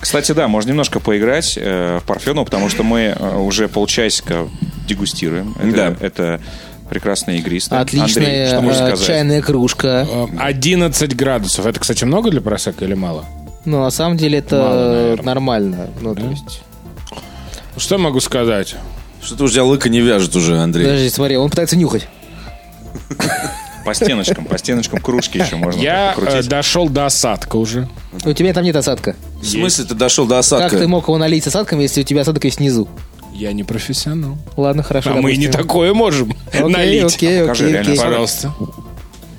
S1: Кстати, да, можно немножко поиграть э, в Парфенова, потому что мы э, уже полчасика дегустируем. Это,
S4: Да.
S1: это прекрасные игристые. Андрей,
S5: Отличная
S1: что можешь
S5: э,
S1: сказать?
S5: чайная кружка.
S3: Э, 11 градусов. Это, кстати, много для просека или мало?
S5: Ну, на самом деле это
S3: Мало, наверное.
S5: нормально. Ну, то есть...
S3: Что я могу сказать?
S4: Что-то уже лыка не вяжет уже, Андрей.
S5: Подожди, смотри, он пытается нюхать.
S1: По стеночкам, по стеночкам кружки еще можно
S3: Я э,
S1: крутить.
S3: дошел до осадка уже.
S5: У тебя там нет осадка.
S4: В смысле, ты дошел до
S5: Как ты
S4: осадка?
S5: мог его налить с осадком, если у тебя осадок есть снизу?
S3: Я не профессионал.
S5: Ладно, хорошо.
S3: А мы и не
S5: допустим.
S3: такое можем
S5: Окей,
S3: <laughs> налить.
S5: окей,
S1: Покажи,
S5: окей,
S1: реально
S5: окей.
S3: Пожалуйста.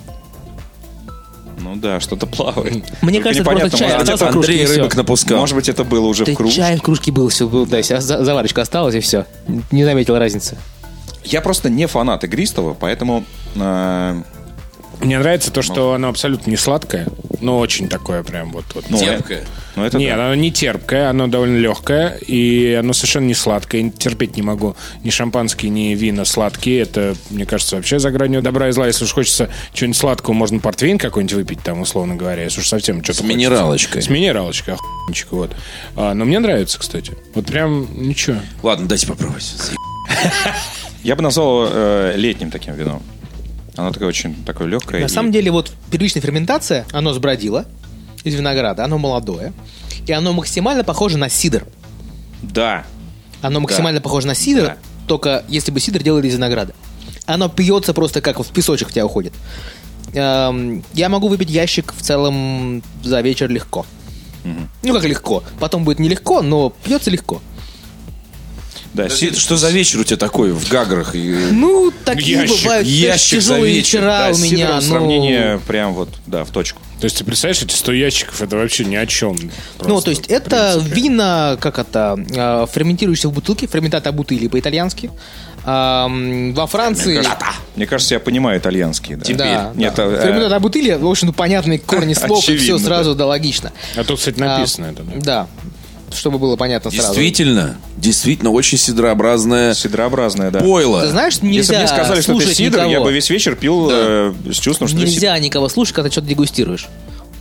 S3: э,
S1: Ну да, что-то плавает.
S5: Мне
S1: Только
S5: кажется, это
S1: непонятно,
S5: просто чай
S1: может,
S5: остался в кружке,
S4: Андрей
S5: и всё.
S4: рыбок напускал.
S1: Может быть, это было уже
S5: Ты
S1: в кружке.
S5: чай в кружке был, все было, да, сейчас за- заварочка осталась и все. Не заметил разницы.
S1: Я просто не фанат игристого, поэтому... э,
S3: Мне нравится то, что оно абсолютно не сладкое, но очень такое прям вот. вот.
S1: ну,
S4: Терпкое.
S1: Ну, это
S3: Нет,
S1: да.
S3: оно не терпкое, оно довольно легкое, и оно совершенно не сладкое. Я Терпеть не могу ни шампанские, ни вина сладкие. Это, мне кажется, вообще за гранью добра и зла. Если уж хочется чего-нибудь сладкого, можно портвейн какой-нибудь выпить, там, условно говоря, если уж совсем что-то
S4: С минералочкой.
S3: С минералочкой, охуенчик, вот. А, но мне нравится, кстати. Вот прям ничего.
S4: Ладно, дайте попробовать.
S1: Я бы назвал его э, летним таким вином. Оно такое очень такое легкое.
S5: На самом деле, вот первичная ферментация, оно сбродило из винограда, оно молодое, и оно максимально похоже на сидр.
S1: Да.
S5: Оно максимально похоже на сидр,
S1: Да.
S5: только если бы сидр делали из винограда. Оно пьется просто как вот в песочек в тебя уходит. Эм, я могу выпить ящик в целом за вечер легко. Ну как легко. Потом будет нелегко, но пьется легко.
S1: Да,
S4: Подожди,
S1: си-
S4: Что за вечер у тебя такой в гаграх? И-
S5: Ну, такие
S3: Ящик,
S5: бывают
S4: ящик за
S5: тяжелые
S4: вечер,
S5: вечера
S1: да,
S5: у
S1: с
S5: меня.
S1: сидором
S5: ну,
S1: сравнение прям вот, да, в точку.
S3: То есть, ты представляешь, эти 100 ящиков, это вообще ни о чем.
S5: Ну,
S3: Просто,
S5: то есть
S3: в
S5: это
S3: принципе.
S5: вина, как это, э, ферментирующиеся в бутылке, ферментата бутыли по-итальянски. Эм, во Франции...
S1: Мне кажется, я понимаю итальянский. Да.
S5: Да,
S1: Нет,
S5: да.
S1: э, э,
S5: Ферментата бутыли, в общем-то, понятные корни слов, и все
S1: Очевидно,
S5: сразу, да, логично.
S3: А тут, кстати, написано это, да?
S5: Да. чтобы было понятно сразу.
S4: Действительно, действительно, очень сидрообразная
S1: Сидрообразная, э, да.
S4: пойло.
S5: Ты знаешь,
S1: Если
S5: нельзя
S1: бы мне сказали, что это
S5: слушать
S1: сидр, я
S5: никого.
S1: бы весь вечер пил э, с чувством, что это сидр.
S5: Нельзя никого слушать, когда ты что-то дегустируешь.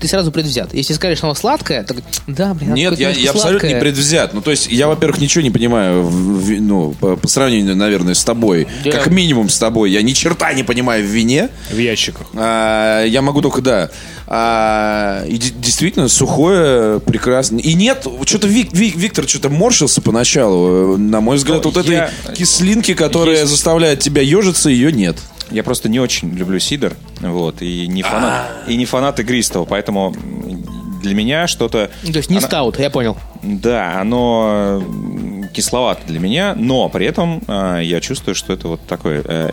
S5: Ты сразу предвзят. Если скажешь, что оно сладкое, так да, блин, оно
S4: Нет,
S5: какое-то
S4: я,
S5: немножко
S4: я абсолютно не
S5: сладкое».
S4: предвзят. Ну, то есть, я, во-первых, ничего не понимаю, в ви- ну, по, по сравнению, наверное, с тобой.
S5: Я-
S4: Как минимум с тобой. Я ни черта не понимаю в вине.
S3: В ящиках.
S4: А, я могу только, да. А, и де- действительно, сухое, прекрасно. И нет, что-то Виктор что-то морщился поначалу. Э, На мой взгляд,
S1: Ну,
S4: вот
S1: я-
S4: этой кислинки, которая заставляет тебя ежиться, ее нет.
S1: Я просто не очень люблю сидр, вот, и не фанат, и не фанат игристого, поэтому м, для меня что-то...
S5: Ну, То есть не
S1: она-
S5: стаут, я понял.
S1: Да, оно м, кисловато для меня, но при этом э, я чувствую, что это вот такое э,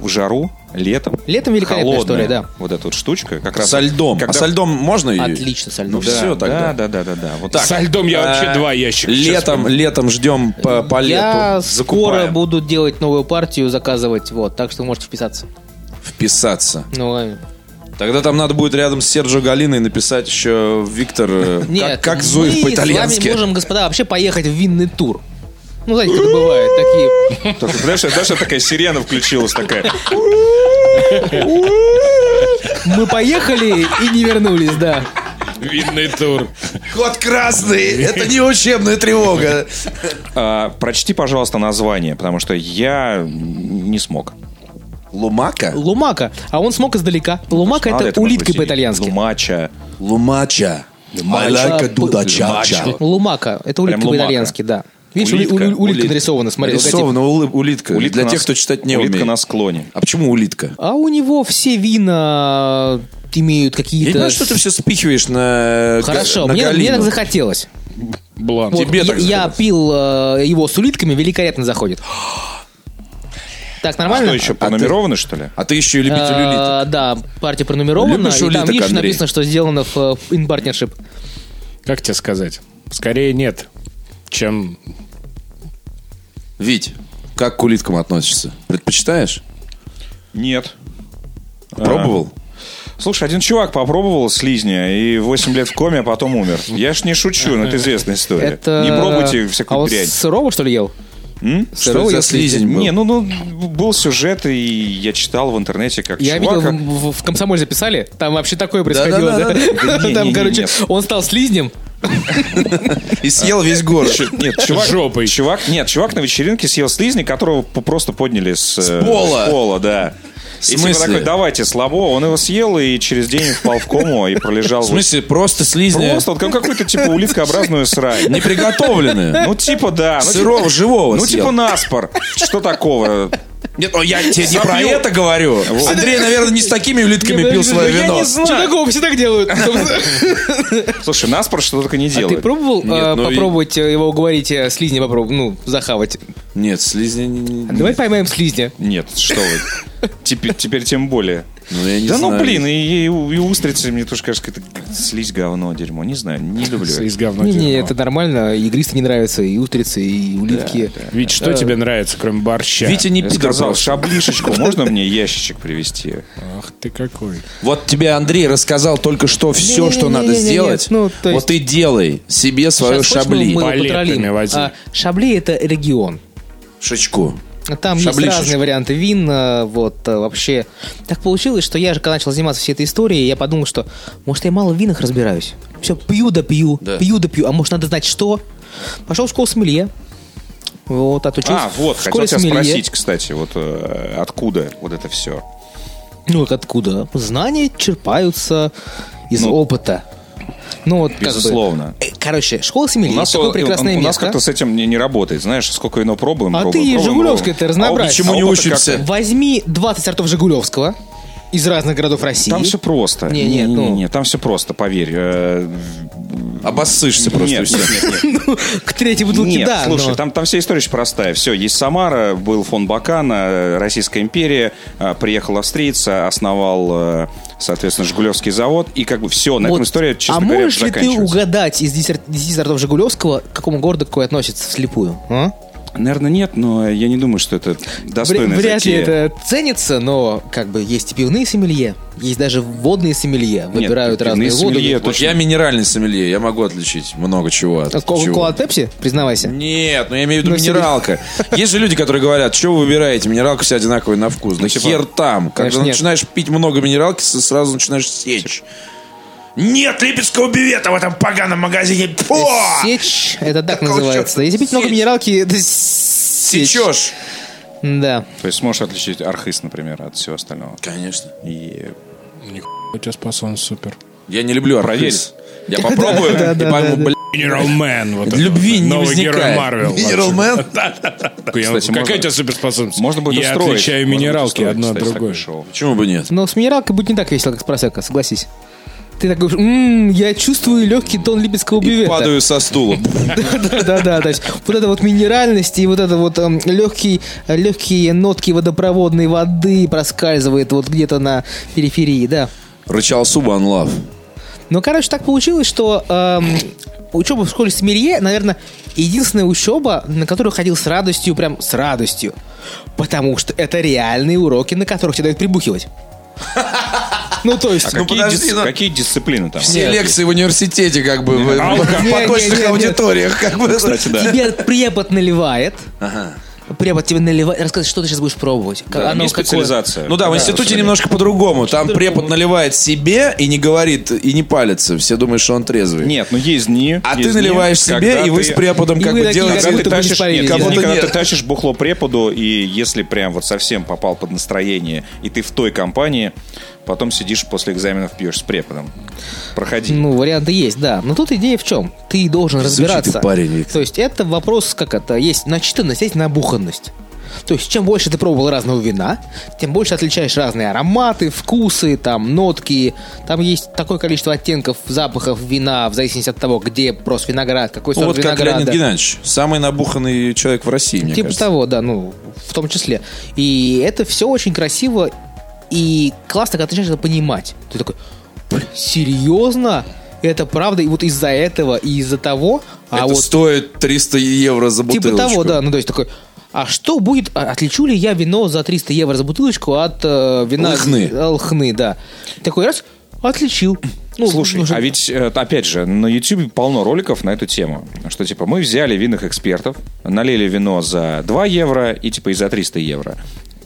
S1: в жару, летом.
S5: Летом великолепная
S1: холодная
S5: история, да.
S1: Вот эта вот штучка, как раз...
S4: Со льдом.
S1: когда-
S4: А со льдом можно? и-
S5: Отлично, со льдом.
S4: Ну, все тогда.
S1: Да, да, да, да, да. Вот
S4: Так.
S3: Со льдом я вообще
S4: Э,
S3: два ящика щас
S4: Летом, летом ждем по, по лету.
S5: я скоро
S4: Закупаем.
S5: буду делать новую партию, заказывать, вот, так что вы можете вписаться.
S4: Вписаться.
S5: Ну, ладно.
S4: Тогда там надо будет рядом с Серджио Галиной написать еще Виктор, э,
S5: <laughs> Нет,
S4: как, как Зуев
S5: мы с вами
S4: по-итальянски.
S5: можем, господа, вообще поехать в винный тур. Ну, знаете, как бывает, такие...
S1: Потому что, Знаешь, Даша такая сирена включилась такая.
S5: Мы поехали и не вернулись, да.
S3: Винный тур.
S4: Кот красный, это не учебная тревога.
S1: А, Прочти, пожалуйста, название, потому что я не смог.
S4: Лумака?
S5: Лумака. А он смог издалека. Лумака
S1: Надо Ну,
S5: это
S1: может
S5: улитка
S1: быть,
S5: по-итальянски.
S1: Лумача.
S4: Лумача. Малайка дуда чача.
S5: Лумака. Это улитка
S1: Прям лумака.
S5: по-итальянски, да. Видишь, ули-
S1: Улитка,
S5: ули- улитка,
S4: улитка.
S5: нарисована, смотри, логотип.
S4: Рисована улы- улитка.
S1: Улитка
S4: Для
S1: на
S4: тех,
S1: ск-
S4: кто читать не
S1: Улитка
S4: умеет.
S1: на склоне.
S4: А почему улитка?
S5: А у него все вина имеют
S4: Я не
S5: какие-то...
S4: понимаю, что ты все спихиваешь на
S5: Хорошо,
S4: на
S5: мне,
S4: Галину.
S5: мне так захотелось.
S3: Блан.
S5: Вот,
S4: Тебе
S5: я,
S4: так
S5: я
S4: захотелось.
S5: пил э, его с улитками, великолепно заходит. Так, нормально?
S1: Что еще,
S4: А ты-
S1: пронумерованы, что ли?
S4: А ты еще и любитель улиток.
S5: Э, Да, партия пронумерована,
S4: Любишь
S5: и там,
S4: улиток,
S5: видишь,
S4: Андрей?
S5: написано, что сделано в э, in partnership.
S3: Как тебе сказать? Скорее нет, чем...
S4: Вить, как к улиткам относишься? Предпочитаешь?
S1: Нет.
S4: А. Пробовал?
S1: Слушай, один чувак попробовал слизня и 8 лет в коме, а потом умер. Я ж не шучу, но это известная
S4: Э,
S1: история.
S5: Это...
S1: Не пробуйте
S5: а
S1: всякую
S5: он
S1: дрянь.
S5: сырого, что ли, ел?
S4: Что
S5: Сырого
S4: это за
S5: ел
S4: слизень был?
S1: Не, ну, ну, был сюжет, и я читал в интернете, как
S5: Я
S1: чувак...
S5: видел, в, в- в «Комсомоле» записали, там вообще такое происходило, да?
S4: а?
S1: Да
S4: Да-да-да-да.
S1: не, не,
S5: Там,
S1: не,
S5: короче,
S1: нет.
S5: он стал слизнем,
S4: И съел весь горщик.
S1: <laughs> Нет, чувак,
S3: Жопой.
S1: чувак, нет, чувак на вечеринке съел слизня, которого п- просто подняли с, э, с
S4: пола.
S1: пола, да.
S4: В
S1: И типа
S4: смысле?
S1: такой, давайте, слабо. Он его съел и через день впал в кому и пролежал.
S4: В смысле, просто слизня?
S1: Просто вот как какую-то типа улиткообразную срань.
S4: Не приготовленная.
S1: Ну типа да. Ну,
S4: Сырого,
S1: типа-
S4: живого
S1: Ну
S4: съел.
S1: типа наспор. Что такого?
S4: Нет, ну, я тебе не
S1: Запью.
S4: про это говорю. Андрей, наверное, не с такими улитками
S5: Не,
S4: пил
S5: да,
S4: свое
S5: да, я
S4: вино.
S1: не
S5: Что такого все
S4: <laughs>
S5: так делают?
S1: Слушай, наспор что только не
S5: А ты
S1: делает.
S5: пробовал
S4: Нет,
S5: э,
S4: ну и-
S5: попробовать э, его уговорить э, слизня попробовать, ну, захавать?
S4: Нет, слизня не- не...
S5: Давай поймаем слизня.
S1: Нет, что вы. Теперь, теперь тем более.
S4: Ну, я не
S1: да ну
S4: знаю.
S1: блин, и, и, и устрицы, мне тоже кажется, какая-то слизь говно, дерьмо. Не знаю, не люблю. это.
S3: Из говна
S5: Не, не,
S1: типа.
S3: дерьмо.
S5: это нормально, игристы не нравятся, и устрицы, и улитки.
S3: Ведь что тебе нравится, кроме борща?
S4: Витя не
S1: Я
S4: пидор
S1: сказал,
S4: просто.
S1: шаблишечку, можно мне ящичек привезти?
S3: Ах ты какой.
S4: Вот тебе Андрей рассказал только что все, что надо
S5: Не-не-не-не-не,
S4: сделать.
S5: ну, то есть-
S4: Вот и делай себе свое
S5: Сейчас хочешь,
S4: шабли.
S5: мы его
S3: Палетами
S5: потроллим?
S3: вози.
S5: А, Шабли это регион.
S4: Шичку.
S5: А Там
S4: Шаблишечку.
S5: есть разные варианты вин, а, вот а, вообще. Так получилось, что я же, когда начал заниматься всей этой историей, я подумал, что может я мало в винах разбираюсь. Все, пью да пью,
S4: Да.
S5: пью да пью, а может надо знать что? Пошел в школу сомелье, вот, отучился
S1: А, вот,
S5: в
S1: хотел
S5: школе
S1: тебя
S5: сомелье.
S1: спросить, кстати, вот э, откуда вот это все?
S5: Ну, вот откуда? Знания черпаются из
S1: Ну,
S5: опыта. Ну, вот, как бы-
S1: безусловно.
S5: Э, Короче, школа сомелье,
S1: У нас,
S5: такое
S1: о-
S5: прекрасное
S1: у, у нас
S5: место.
S1: как-то с этим не, не работает, знаешь, сколько вино пробуем,
S5: А
S1: пробуем,
S5: ты
S1: пробуем,
S5: Жигулевская,
S1: пробуем.
S5: ты разнообразие.
S4: Почему
S1: А
S4: не
S1: опыта
S4: учимся?
S1: как-то-
S5: Возьми 20 сортов Жигулевского из разных городов России.
S1: Там все просто.
S5: Не,
S1: не,
S5: нет,
S1: не,
S5: ну.
S1: не, там все просто, поверь. Э,
S4: Обоссышься просто.
S1: нет,
S4: и всё.
S1: нет, нет, нет.
S5: <laughs> К третьей бутылке,
S1: Нет,
S5: да.
S1: слушай,
S5: но-
S1: там, там вся история очень простая. Все, есть Самара, был фон Бакана, Российская империя, э, приехал австриец, э, основал, э, соответственно, Жигулевский завод, и как бы все, на
S5: Вот.
S1: этом история, честно
S5: а
S1: говоря,
S5: можешь ли ты
S1: заканчивается.
S5: угадать из 10, сор- 10 сортов Жигулевского, к какому городу какой относится вслепую? А?
S1: Наверное, нет, но я не думаю, что это достойно
S5: Вряд ли это ценится, но как бы есть и пивные сомелье, есть даже водные сомелье. Выбирают разные воды.
S4: Вот я минеральный сомелье, я могу отличить много чего от
S5: От
S4: чего.
S5: Кока-Кола от Пепси, признавайся.
S4: Нет, ну я имею в виду
S5: Ну, себе.
S4: минералка. Есть же люди, которые говорят, что вы выбираете, минералка вся одинаковая на вкус. Да
S1: типа,
S4: хер там.
S5: Ну, конечно,
S4: Когда
S5: нет.
S4: начинаешь пить много минералки, с- сразу начинаешь сечь. Нет липецкого бивета в этом поганом магазине. Фу!
S5: Э, Сечь, это так
S4: Какого
S5: называется.
S4: чёрта?
S5: Если пить много
S4: Сечь.
S5: минералки, это сечь.
S4: Сечешь.
S5: Да.
S1: То есть сможешь отличить архиз, например, от всего остального.
S4: Конечно.
S1: И
S3: У тебя спасен супер.
S4: Я не люблю архиз. Я попробую
S5: <laughs> да,
S4: и
S5: да,
S4: пойму,
S5: да, да.
S4: блядь,
S3: Минерал Мэн. Вот это
S4: любви
S3: вот.
S4: не
S3: Новый герой
S4: возникает.
S3: Марвел.
S4: Mineral Man?
S3: вообще. Я-
S1: Кстати,
S3: Какая
S1: можно-
S3: у тебя суперспособность?
S1: можно будет
S3: Я
S1: устроить.
S3: отличаю
S1: можно будет
S3: минералки
S1: устроить,
S3: одно от
S1: кстати, такое
S3: другого.
S1: шоу.
S4: Почему бы нет?
S5: Но с минералкой будет не так весело, как с просека, согласись. Ты так говоришь, «М, я чувствую легкий тон липецкого бювета. <laughs>
S4: Падаю со стула.
S5: Ну, Да-да-да, то есть вот эта вот минеральность и вот это вот эм, легкий, легкие нотки водопроводной воды проскальзывает вот где-то на периферии, да.
S4: Рычал Суба Анлав.
S5: Ну, короче, так получилось, что эм, учеба в школе Смелье, наверное, единственная учеба, на которую ходил с радостью, прям с радостью. Потому что это реальные уроки, на которых тебя дают прибухивать. Ну, то есть...
S1: А Какие,
S4: подожди,
S1: дис-
S4: ну-
S1: какие дисциплины там?
S4: Все лекции в университете как бы в-
S5: Не,
S4: в
S5: не, не,
S4: поконченных
S5: не.
S4: аудиториях. как бы.
S1: Кстати, да.
S5: Тебе препод наливает.
S4: Ага.
S5: Препод тебе наливает. Рассказывай, что ты сейчас будешь пробовать. Как-
S1: Да,
S5: оно
S1: не
S5: какое?
S1: специализация.
S4: Ну да, в институте немножко по-другому. Там препод наливает себе и не говорит, и не палится. Все думают, что он трезвый.
S1: Нет, ну есть дни.
S4: А
S1: есть
S4: ты
S1: дни,
S4: наливаешь
S1: когда
S4: себе, и вы
S1: ты-
S4: с преподом
S5: И
S4: как
S5: вы
S4: бы
S5: такие,
S1: Когда
S5: как
S4: делаете...
S1: ты
S5: будто бы не
S1: тащишь,
S5: спалились.
S1: нет, когда
S4: Кого-то
S1: ты
S4: нет.
S1: тащишь бухло преподу, и если прям вот совсем попал под настроение, и ты в той компании, потом сидишь после экзаменов, пьешь с преподом. Проходи. А
S5: Ну, варианты есть, да. Но тут идея в чем? Ты должен разбираться.
S4: парень, Виктор.
S5: То есть это вопрос, как это, есть начитанность, есть набуханность. То есть, чем больше ты пробовал разного вина, тем больше отличаешь разные ароматы, вкусы, там, нотки. Там есть такое количество оттенков, запахов вина, в зависимости от того, где просто виноград, какой
S4: Ну,
S5: сорт
S4: вот как
S5: винограда.
S4: Леонид Геннадьевич. Самый набуханный человек в России, мне
S5: Типа
S4: кажется.
S5: того, да, ну, в том числе. И это все очень красиво и классно, когда ты начинаешь это понимать. Ты такой, «Блин, серьезно? Это правда? И вот из-за этого, и из-за того, а
S4: Это
S5: вот
S4: стоит 300 евро за
S5: типа
S4: бутылочку.
S5: того, да, ну, то есть такой, а что будет, а отличу ли я вино за 300 евро за бутылочку от э, вина...
S4: Лхны.
S5: э, Лхны, да. Такой раз, отличил. Ну,
S1: Слушай,
S5: ну, же-
S1: а ведь, э, опять же, на YouTube полно роликов на эту тему. Что, типа, мы взяли винных экспертов, налили вино за 2 евро и, типа, и за 300 евро.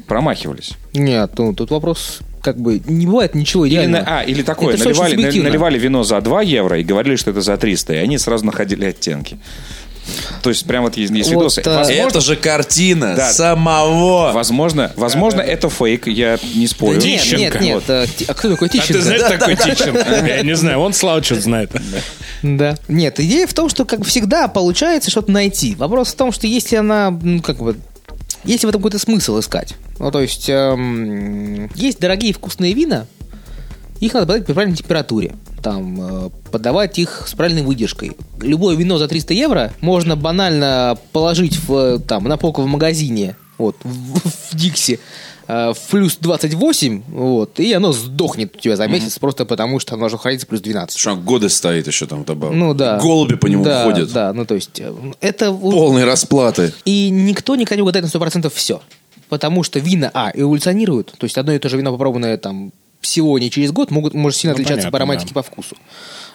S1: Промахивались.
S5: Нет, ну, тут вопрос, как бы, не бывает ничего
S1: Или,
S5: идеального.
S1: на- а, или такое,
S5: Это всё очень
S1: наливали, на-
S5: субъективно.
S1: наливали вино за 2 евро и говорили, что это за 300, и они сразу находили оттенки. То есть, прям вот есть, есть
S5: Вот,
S1: видосы.
S5: э,
S4: Это же картина
S1: Да.
S4: самого.
S1: Возможно, возможно, это фейк, я не спорю.
S5: э, Нет, нет, нет. э, ти- А кто такой
S3: А
S5: Тищенко?
S3: ты знаешь такой Тищенко? Я не знаю, он Слава что-то знает.
S5: Да. Нет, идея в том, что как бы всегда получается что-то найти. Вопрос в том, что если она, ну, как бы, если в этом какой-то смысл искать. Ну, то есть, эм, есть дорогие вкусные вина, их надо подать при правильной температуре. Там, э, подавать их с правильной выдержкой. Любое вино за 300 евро можно банально положить в, э, там, на полку в магазине, вот, в, в Дикси, э, в плюс 28, вот, и оно сдохнет у тебя за месяц, просто потому что оно должно храниться плюс 12.
S4: Что он годы стоит еще там добавил.
S5: Ну да.
S4: типа, Голуби по нему
S5: да,
S4: ходят.
S5: Да, ну то есть э, это... вот-
S4: Полные расплаты.
S5: И никто никогда не угадает на 100% все. Потому что вина, а, эволюционируют. То есть одно и то же вино, попробованное там сегодня через год, могут, может сильно
S3: Ну,
S5: отличаться по
S3: понятно, да.
S5: ароматике, по вкусу.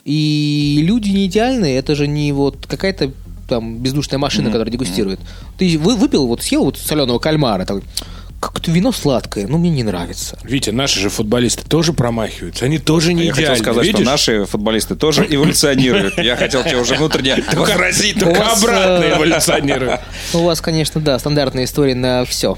S5: И люди не идеальные, это же не вот какая-то там бездушная машина, которая дегустирует. Ты вы, выпил, вот съел вот соленого кальмара, такой, как-то вино сладкое, ну мне не нравится.
S3: Витя, наши же футболисты тоже промахиваются. Они тоже не
S1: А Я хотел
S3: идеальны.
S1: сказать,
S3: видишь?
S1: что наши футболисты тоже эволюционируют. Я хотел тебе уже внутренне возразить.
S5: У
S3: Только
S5: вас,
S3: обратно
S1: <laughs>
S5: э,
S3: эволюционируют.
S5: У вас, конечно, да, стандартная история на все.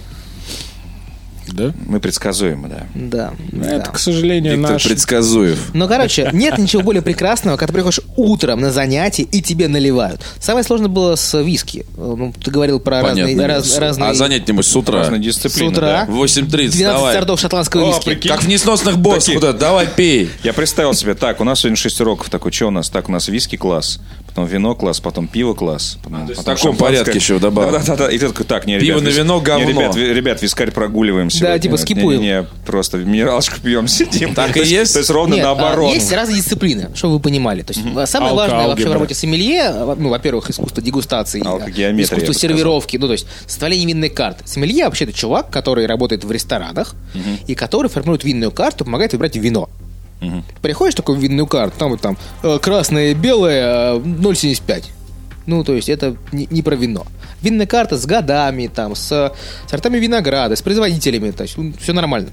S3: Да?
S1: Мы предсказуемы, да.
S5: Да. да.
S3: Ну, Это, к сожалению,
S4: Виктор
S3: наш...
S4: Предсказуев.
S5: Ну, короче, нет ничего более прекрасного, когда ты приходишь утром на занятие и тебе наливают. Самое сложное было с виски. Э, Ну, ты говорил про разные,
S4: Понятно.
S5: раз- разные
S4: А занять нибудь с утра.
S1: Разная
S5: с
S1: дисциплина.
S5: утра.
S1: да.
S4: 8.30,
S5: 12
S4: давай.
S5: сортов шотландского
S1: О,
S5: виски.
S1: прикинь.
S4: Как в несносных босс.
S1: Такие.
S4: Куда? Давай пей.
S1: Я представил себе, так, у нас сегодня шестероков такой, что у нас? Так, у нас виски класс. потом вино класс, потом пиво класс. потом-
S4: А, то есть в
S1: потом
S4: таком
S1: шампанское.
S4: порядке еще добавил.
S1: Да-да-да, и ты такой, так, не,
S4: Пиво
S1: ребят,
S4: на
S1: вис-
S4: вино
S1: не,
S4: говно.
S1: ребят, ви- ребят, вискарь прогуливаем сегодня.
S5: типа,
S1: Нет,
S5: скипуем.
S1: Не, не, просто минералочку пьем, сидим.
S4: Так
S1: То
S4: и есть.
S1: То есть ровно
S5: Нет, а,
S1: наоборот.
S5: Есть разные дисциплины, чтобы вы понимали. То есть а, самое
S3: Алка-
S5: важное вообще в
S3: алгебра.
S5: работе сомелье, а, ну, во-первых, искусство дегустации, а,
S1: Алкогеометрия, я бы
S5: искусство
S1: сказал.
S5: сервировки, ну, то есть составление винной карты. Сомелье вообще-то чувак, который работает в ресторанах и который формирует винную карту, помогает выбрать вино. Приходишь такую винную карту, там вот там э, красное, белое, э, 0,75. Ну, то есть это не, не про вино. Винная карта с годами, там, с э, сортами винограда, с производителями, то есть все нормально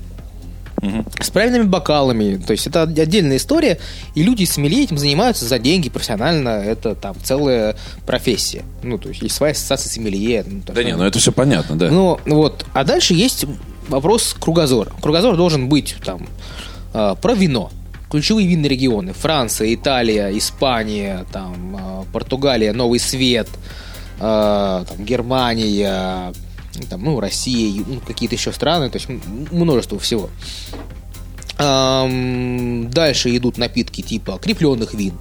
S5: с правильными бокалами. То есть это отдельная история, и люди с этим занимаются за деньги профессионально. Это там целая профессия. Ну, то есть есть своя ассоциация сомелье. ну, то
S4: Да
S5: есть,
S4: не, ну это все понятно, да.
S5: ну, вот. А дальше есть вопрос кругозора. Кругозор должен быть там э, про вино. Ключевые винные регионы. Франция, Италия, Испания, там, э, Португалия, Новый Свет, э, там, Германия, там, ну, Россия, ну, какие-то еще страны. То есть м- множество всего. Ам, Дальше идут напитки типа крепленных вин,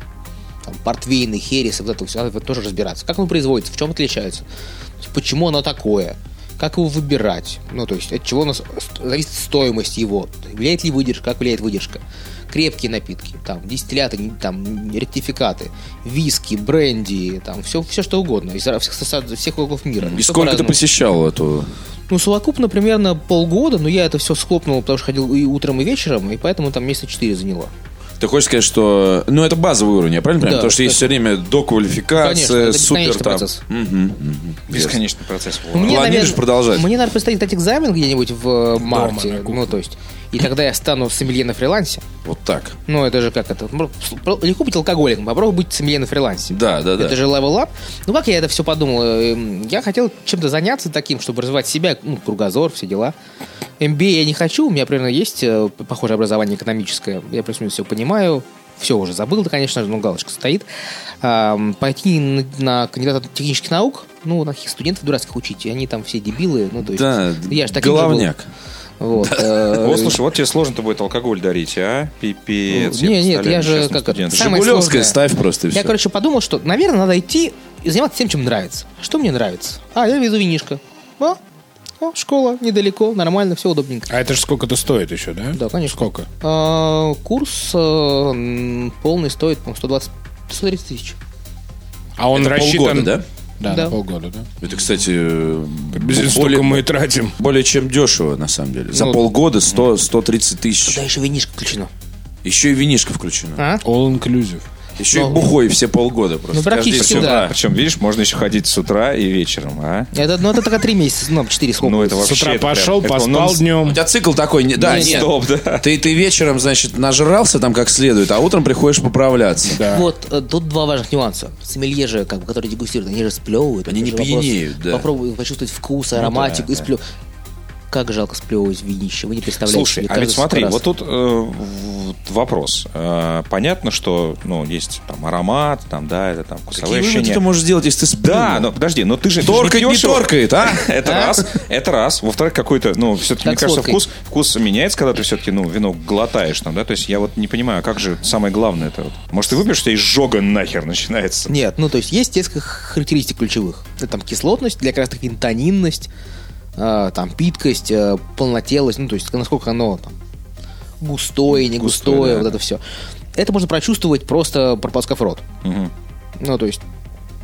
S5: там, портвейны, хересы, вот это все, надо в это тоже разбираться. Как оно производится, в чем отличается, То есть почему оно такое, как его выбирать, ну, то есть от чего у нас зависит стоимость его, влияет ли выдержка, как влияет выдержка. Крепкие напитки, там, дистилляты, не- там, ректификаты, виски, бренди, там, все, все что угодно, из всех, со- всех уголков мира.
S4: И
S5: Всё
S4: сколько ты
S5: по-разному.
S4: посещал эту?
S5: Ну, совокупно примерно полгода, но я это все схлопнул, потому что ходил и утром, и вечером, и поэтому там месяца четыре заняло.
S4: Ты хочешь сказать, что... Ну, это базовый уровень, я правильно понимаю?
S5: Да,
S4: Потому что есть все время
S5: Конечно,
S4: доквалификация,
S5: это
S4: супер
S5: бесконечный
S4: там...
S5: процесс.
S1: Бесконечный процесс.
S5: Ну,
S4: Планируешь продолжать?
S5: Мне, наверное, предстоит дать экзамен где-нибудь в э, марте. ну, то есть. И тогда я стану сомелье на фрилансе.
S4: Вот так.
S5: Ну, это же как это? Мр- про- Легко быть алкоголиком, попробуй быть сомелье на фрилансе.
S4: Да, да, да.
S5: Это же level up. Ну, как я это все подумал? Эм, Я хотел чем-то заняться таким, чтобы развивать себя, ну, кругозор, все дела. MBA я не хочу, у меня примерно есть э, похожее образование экономическое. Я плюс-минус все понимаю. Все уже забыл, да, конечно же, но галочка стоит. Ам, пойти на, на кандидата технических наук, ну, таких студентов дурацких учить, и они там все дебилы, ну, то есть...
S4: Да,
S5: я ж таким же был.
S4: головняк.
S5: Вот, э,
S1: Вот, слушай, вот тебе сложно-то будет алкоголь дарить, а? Пипец.
S5: Не,
S1: представляю,
S5: нет, я же
S1: несчастный
S5: как это,
S1: студент.
S5: сам- Самое
S4: Жигулевская
S5: сложное.
S4: ставь просто и
S5: Я,
S4: все.
S5: короче, подумал, что, наверное, надо идти и заниматься тем, чем нравится. Что мне нравится? А, я везу винишко. О, о, школа, недалеко, нормально, все удобненько.
S3: А это же сколько-то стоит еще, да?
S5: Да, конечно.
S3: Сколько?
S5: А, курс э, м, полный стоит, по-моему, 120 130 тысяч.
S3: А он рассчитан...
S4: Полгода, да?
S3: Да,
S5: Да.
S3: на полгода, да.
S4: Это, кстати, э,
S1: Ну,
S3: Блин, Столько
S4: более,
S3: мы и тратим.
S4: более чем дешево, на самом деле. За
S5: Ну,
S4: полгода 100, 130 тысяч.
S5: Да, еще винишко включено.
S4: Еще и винишка включена.
S5: А?
S3: All inclusive.
S4: Еще и
S5: Ну,
S4: бухой все полгода просто.
S5: ну,
S4: Каждый
S5: практически,
S4: день с
S5: да.
S4: утра.
S1: Причем, а, видишь, можно еще ходить с утра и вечером, а?
S5: Это, ну, это только 3 месяца, ну, 4 сколько.
S1: Ну, это
S3: С
S1: вообще...
S3: утра
S1: это прям-
S3: пошел,
S1: это
S3: поспал
S1: нон-
S4: У
S5: Ну,
S3: днем.
S4: тебя цикл такой, не- да, нет.
S1: Нон-стоп, да.
S4: Ты, ты вечером, значит, нажрался там как следует, а утром приходишь поправляться.
S3: Да.
S5: Вот, э, тут два важных нюанса. Сомелье же, как бы, которые дегустируют, они же сплевывают.
S4: Они
S5: это
S4: не
S5: же вопрос.
S4: пьянеют, да.
S5: Попробуй почувствовать вкус, ароматику и сплев... Как жалко сплевывать винище, вы не представляете.
S1: Слушай,
S5: себе,
S1: а ведь
S5: кажется,
S1: смотри,
S5: прекрасно.
S1: вот тут э, в- вопрос. Э, понятно, что, ну, есть там аромат, там, да, это там вкусовые
S4: Какие выводы
S1: ощущения.
S4: ты можешь делать, если ты сплю?
S1: Да, ну, но подожди, но ты же ты же
S4: Торкать не
S1: пьешь его.
S4: торкает, а?
S1: Это раз, это раз. Во-вторых, какой-то, ну, все-таки,
S5: Как
S1: мне
S5: с
S1: кажется,
S5: водкой.
S1: вкус, вкус меняется, когда ты все-таки, ну, вино глотаешь там, да? То есть я вот не понимаю, а как же самое главное это вот. Может, ты выпьешь, у тебя изжога нахер начинается.
S5: Нет, ну то есть есть несколько характеристик ключевых. Это там кислотность, для красных вин тонинность, э, там питкость, э, полнотелость, ну то есть насколько оно там густое, не густое,
S1: Густое, да,
S5: вот
S1: да.
S5: это все. Это можно прочувствовать просто прополоскав рот.
S1: Мгм.
S5: Ну то есть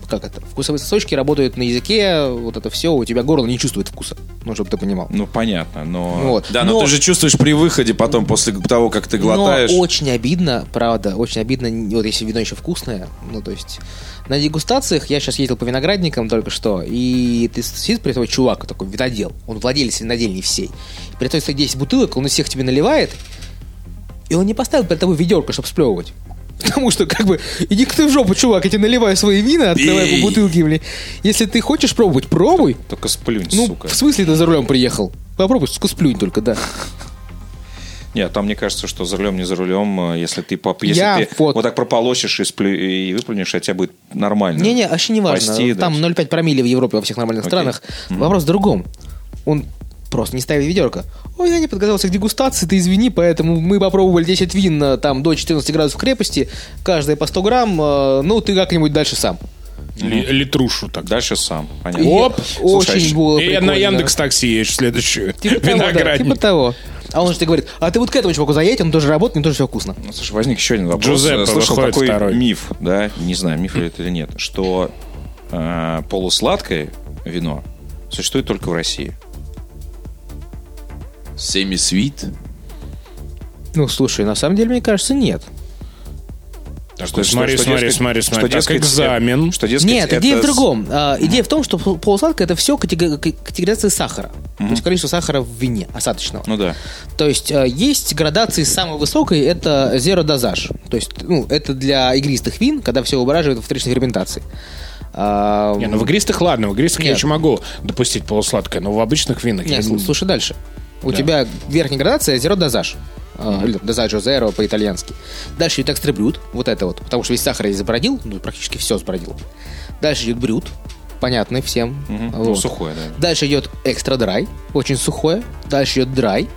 S5: как это? Вкусовые сосочки работают на языке, вот это все, у тебя горло не чувствует вкуса. Ну, чтобы ты понимал.
S1: Ну, понятно, но...
S5: Вот.
S4: Да, но,
S5: Но-
S4: ты же чувствуешь при выходе потом, после того, как ты глотаешь.
S5: Но очень обидно, правда, очень обидно, н- вот если вино еще вкусное, ну, то есть, на дегустациях, я сейчас ездил по виноградникам только что, и ты с- сидит при тобой чувак, такой винодел, он владелец винодельни всей, при тобой стоит 10 бутылок, он из всех тебе наливает, и он не поставил перед тобой ведерко, чтобы сплевывать. <laughs> Потому что, как бы, иди к ты в жопу, чувак, я тебе наливаю свои вина, открываю
S4: Пей.
S5: бутылки, блин. Если ты хочешь пробовать, пробуй.
S1: Только сплюнь,
S5: Ну,
S1: сука.
S5: в смысле ты за рулем приехал? Попробуй, сука, сплюнь только, да.
S1: Нет, там мне кажется, что за рулем не за рулем, э, если ты поп... если
S5: Я
S1: ты
S5: вот-
S1: вот. так прополощешь и, сплю... и выплюнешь, а тебе будет нормально.
S5: Не-не, вообще не важно.
S1: Пасти, да.
S5: Там 0,5 промилле в Европе во всех нормальных
S1: Окей.
S5: странах. Вопрос в другом. Он Просто не ставили ведерко. Ой, я не подготовился к дегустации, ты извини, поэтому мы попробовали 10 вин э, там до 14 градусов крепости, каждая по 100 грамм, э, ну ты как-нибудь дальше сам.
S3: Ли- литрушу так.
S1: Дальше сам.
S5: И
S1: Понятно.
S3: Оп!
S5: Очень
S1: Слушай, а
S5: было
S3: И на
S5: прикольно.
S3: Яндекс Такси едешь в следующую
S5: <laughs> Типа того, да, типа
S3: виноградник.
S5: того. А он же тебе говорит, а ты вот к этому чуваку заедь, он тоже работает, он тоже все вкусно.
S1: Ну, слушай, возник еще один вопрос.
S3: Джузеппе
S1: Я Слышал
S3: выходит
S1: такой
S3: второй.
S1: миф, да, не знаю, миф ли это или нет, что э, полусладкое вино существует только в России.
S4: Семисвит.
S5: Ну, слушай, на самом деле, мне кажется, нет.
S3: Так,
S1: Что-
S3: вот Смотри,
S1: что- что,
S3: смотри,
S1: дескать,
S3: смотри,
S1: что,
S3: смотри. Так,
S1: дескать, э,
S3: экзамен.
S1: Что дескать,
S5: Нет, идея в
S1: это с-
S5: другом. А, идея в том, что пол- полусладкое это все категоризация сахара. То есть количество сахара в вине осадочного.
S1: Ну да.
S5: То есть э, есть градации самой высокой, это zero дозаж. То есть, ну, это для игристых вин, когда все выбраживают в вторичной ферментации. А,
S3: Не, ну в игристых, ладно, в игристых я
S5: Нет.
S3: еще могу допустить полусладкое, но в обычных винах...
S5: Нет,
S3: я-
S5: слу- слушай дальше. У тебя верхняя градация zero дозаж. Э, Или дозажо zero по-итальянски. Дальше идет экстрабрют, вот это вот, потому что весь сахар я забродил, ну, практически все забродил. Дальше идет брют, понятный всем.
S1: Мгм. Ну,
S5: Вот.
S1: сухое, да.
S5: Дальше идет экстра драй, очень сухое. Дальше идет драй.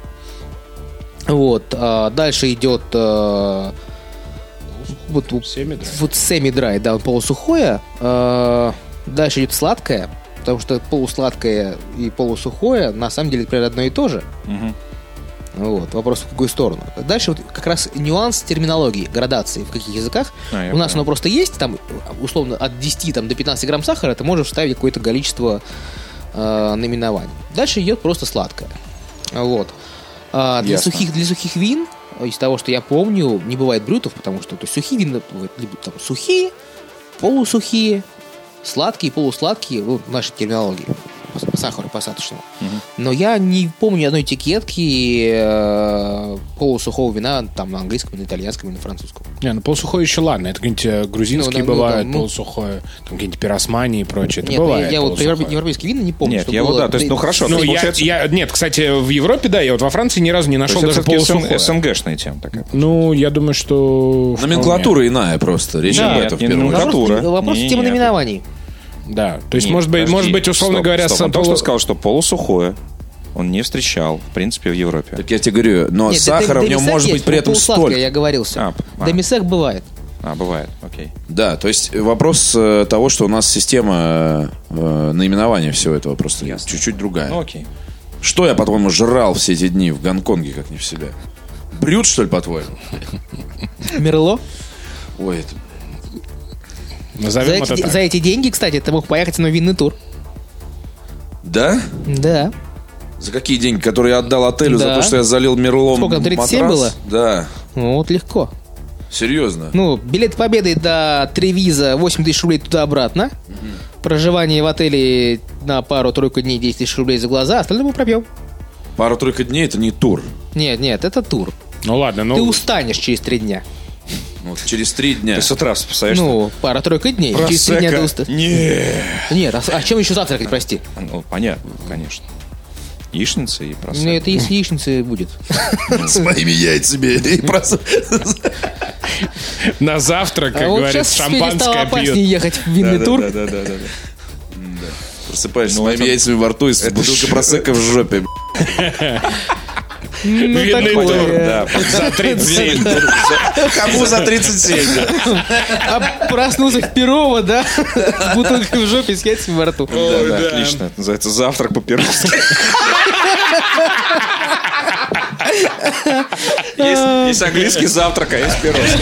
S5: Вот. а, дальше идет э, вот, у-
S3: Семидрай.
S5: вот семи-драй, да, полусухое. А, дальше идет сладкое, потому что полусладкое и полусухое на самом деле, например, одно и то же.
S1: Мгм.
S5: Вот, вопрос в какую сторону. Дальше вот как раз нюанс терминологии, градации, в каких языках.
S1: А, я
S5: У нас
S1: понял.
S5: оно просто есть, там, условно, от 10 там, до 15 грамм сахара ты можешь вставить какое-то количество э, наименований. Дальше идет просто сладкое. Вот. А для,
S4: Ясно.
S5: сухих, для сухих вин, из того, что я помню, не бывает брютов, потому что то есть, сухие вина бывают либо там сухие, полусухие, сладкие, полусладкие, ну, в нашей терминологии, по, по сахару, по осадочному. Но я не помню ни одной этикетки э, полусухого вина там на английском, на итальянском и на французском.
S3: Не, ну полусухое еще ладно, это какие-нибудь э, грузинские
S5: Ну, да, ну,
S3: бывают,
S5: да, ну.
S3: полусухое, там какие-нибудь пиросмании и прочее, это
S5: Нет, ну,
S3: бывает
S5: я, я вот про
S3: полусухое.
S5: европе- европейские вина не помню.
S1: Нет,
S5: что
S1: я
S5: было.
S1: вот да, то есть, ну хорошо,
S3: Ну,
S1: то есть,
S3: я,
S1: получается-
S3: я, нет, кстати, в Европе, да, я вот во Франции ни разу не
S1: то
S3: нашел
S1: есть
S3: даже
S1: это все-таки
S3: полусухое.
S1: СНГшная тема такая.
S3: Ну, я думаю, что... вполне.
S4: Номенклатура иная просто. Речь
S1: Да,
S4: об этом в
S1: не
S4: первую очередь.
S1: номенклатура.
S5: Вопрос, вопрос
S1: Не-не-не,
S5: темы
S1: это-
S5: наименований.
S3: Да, то есть,
S1: Нет,
S3: может, быть,
S1: подожди,
S3: может быть, условно
S1: стоп,
S3: говоря...
S1: стоп.
S3: со-
S1: Он только
S3: полу-
S1: что сказал, что полусухое он не встречал, в принципе, в Европе.
S4: Так я тебе говорю, но
S5: Нет,
S4: сахара
S5: дем-
S4: в нем
S5: демисек
S4: может
S5: есть,
S4: быть при этом
S5: полусладкое,
S4: столько.
S5: ну, я оговорился.
S1: А, а.
S5: Демисек бывает.
S1: А, бывает, окей.
S4: Да, то есть вопрос э, того, что у нас система э, наименования всего этого просто чуть-чуть
S5: Э.
S4: другая.
S1: Ну, окей.
S4: Что я, по-твоему, жрал все эти дни в Гонконге, как не в себя? Брют, что ли, по-твоему?
S5: Мерло.
S4: Ой, это...
S5: За
S3: Назовем это
S5: эти,
S3: так.
S5: за эти деньги, кстати, ты мог поехать на винный тур.
S4: Да?
S5: Да.
S4: За какие деньги, которые я отдал отелю за
S5: Да.
S4: то, что я залил мерлом
S5: Сколько там, 37
S4: матрас?
S5: было?
S4: Да.
S5: Ну, вот легко.
S4: Серьезно.
S5: Ну, билет победы до Тревиза 8 тысяч рублей туда-обратно. Проживание в отеле на пару-тройку дней 10 тысяч рублей за глаза, остальное мы пробьем.
S4: Пару-тройка дней это не тур.
S5: Нет, нет, это тур.
S3: Ну, ладно,
S5: Ты
S3: ну...
S5: устанешь через три дня.
S4: Вот через три дня.
S1: Ты с утра вспоминаешь,
S5: ну, пара-тройка дней.
S1: что
S5: через три дня ты
S1: Просека- <laughs>
S5: устанешь.
S1: Не.
S5: Нет, а, с- а чем еще завтракать, прости?
S1: Ну, понятно, конечно. Яичница и просека.
S5: Ну, это если яичница будет.
S4: С моими яйцами. И просто-
S3: На завтрак, как
S5: а вот
S3: говорится,
S5: сейчас теперь стало
S3: шампанское пьют.
S5: опаснее ехать в винный тур.
S1: Да, да, да, да, да.
S4: Просыпаешься с
S1: Ну,
S4: моими
S1: это-
S4: яйцами во рту и с бутылкой просека в жопе.
S5: Ну,
S3: Винный
S5: такое.
S3: тур,
S1: Да.
S5: <laughs>
S3: За 37.
S4: Кому за 37?
S5: А проснулся в Перово, да? <laughs> С бутылкой в жопе, с яйцами во рту.
S1: Да, да,
S3: да.
S1: отлично. Это называется завтрак по-перски. Есть, есть английский завтрак, а есть пирожки.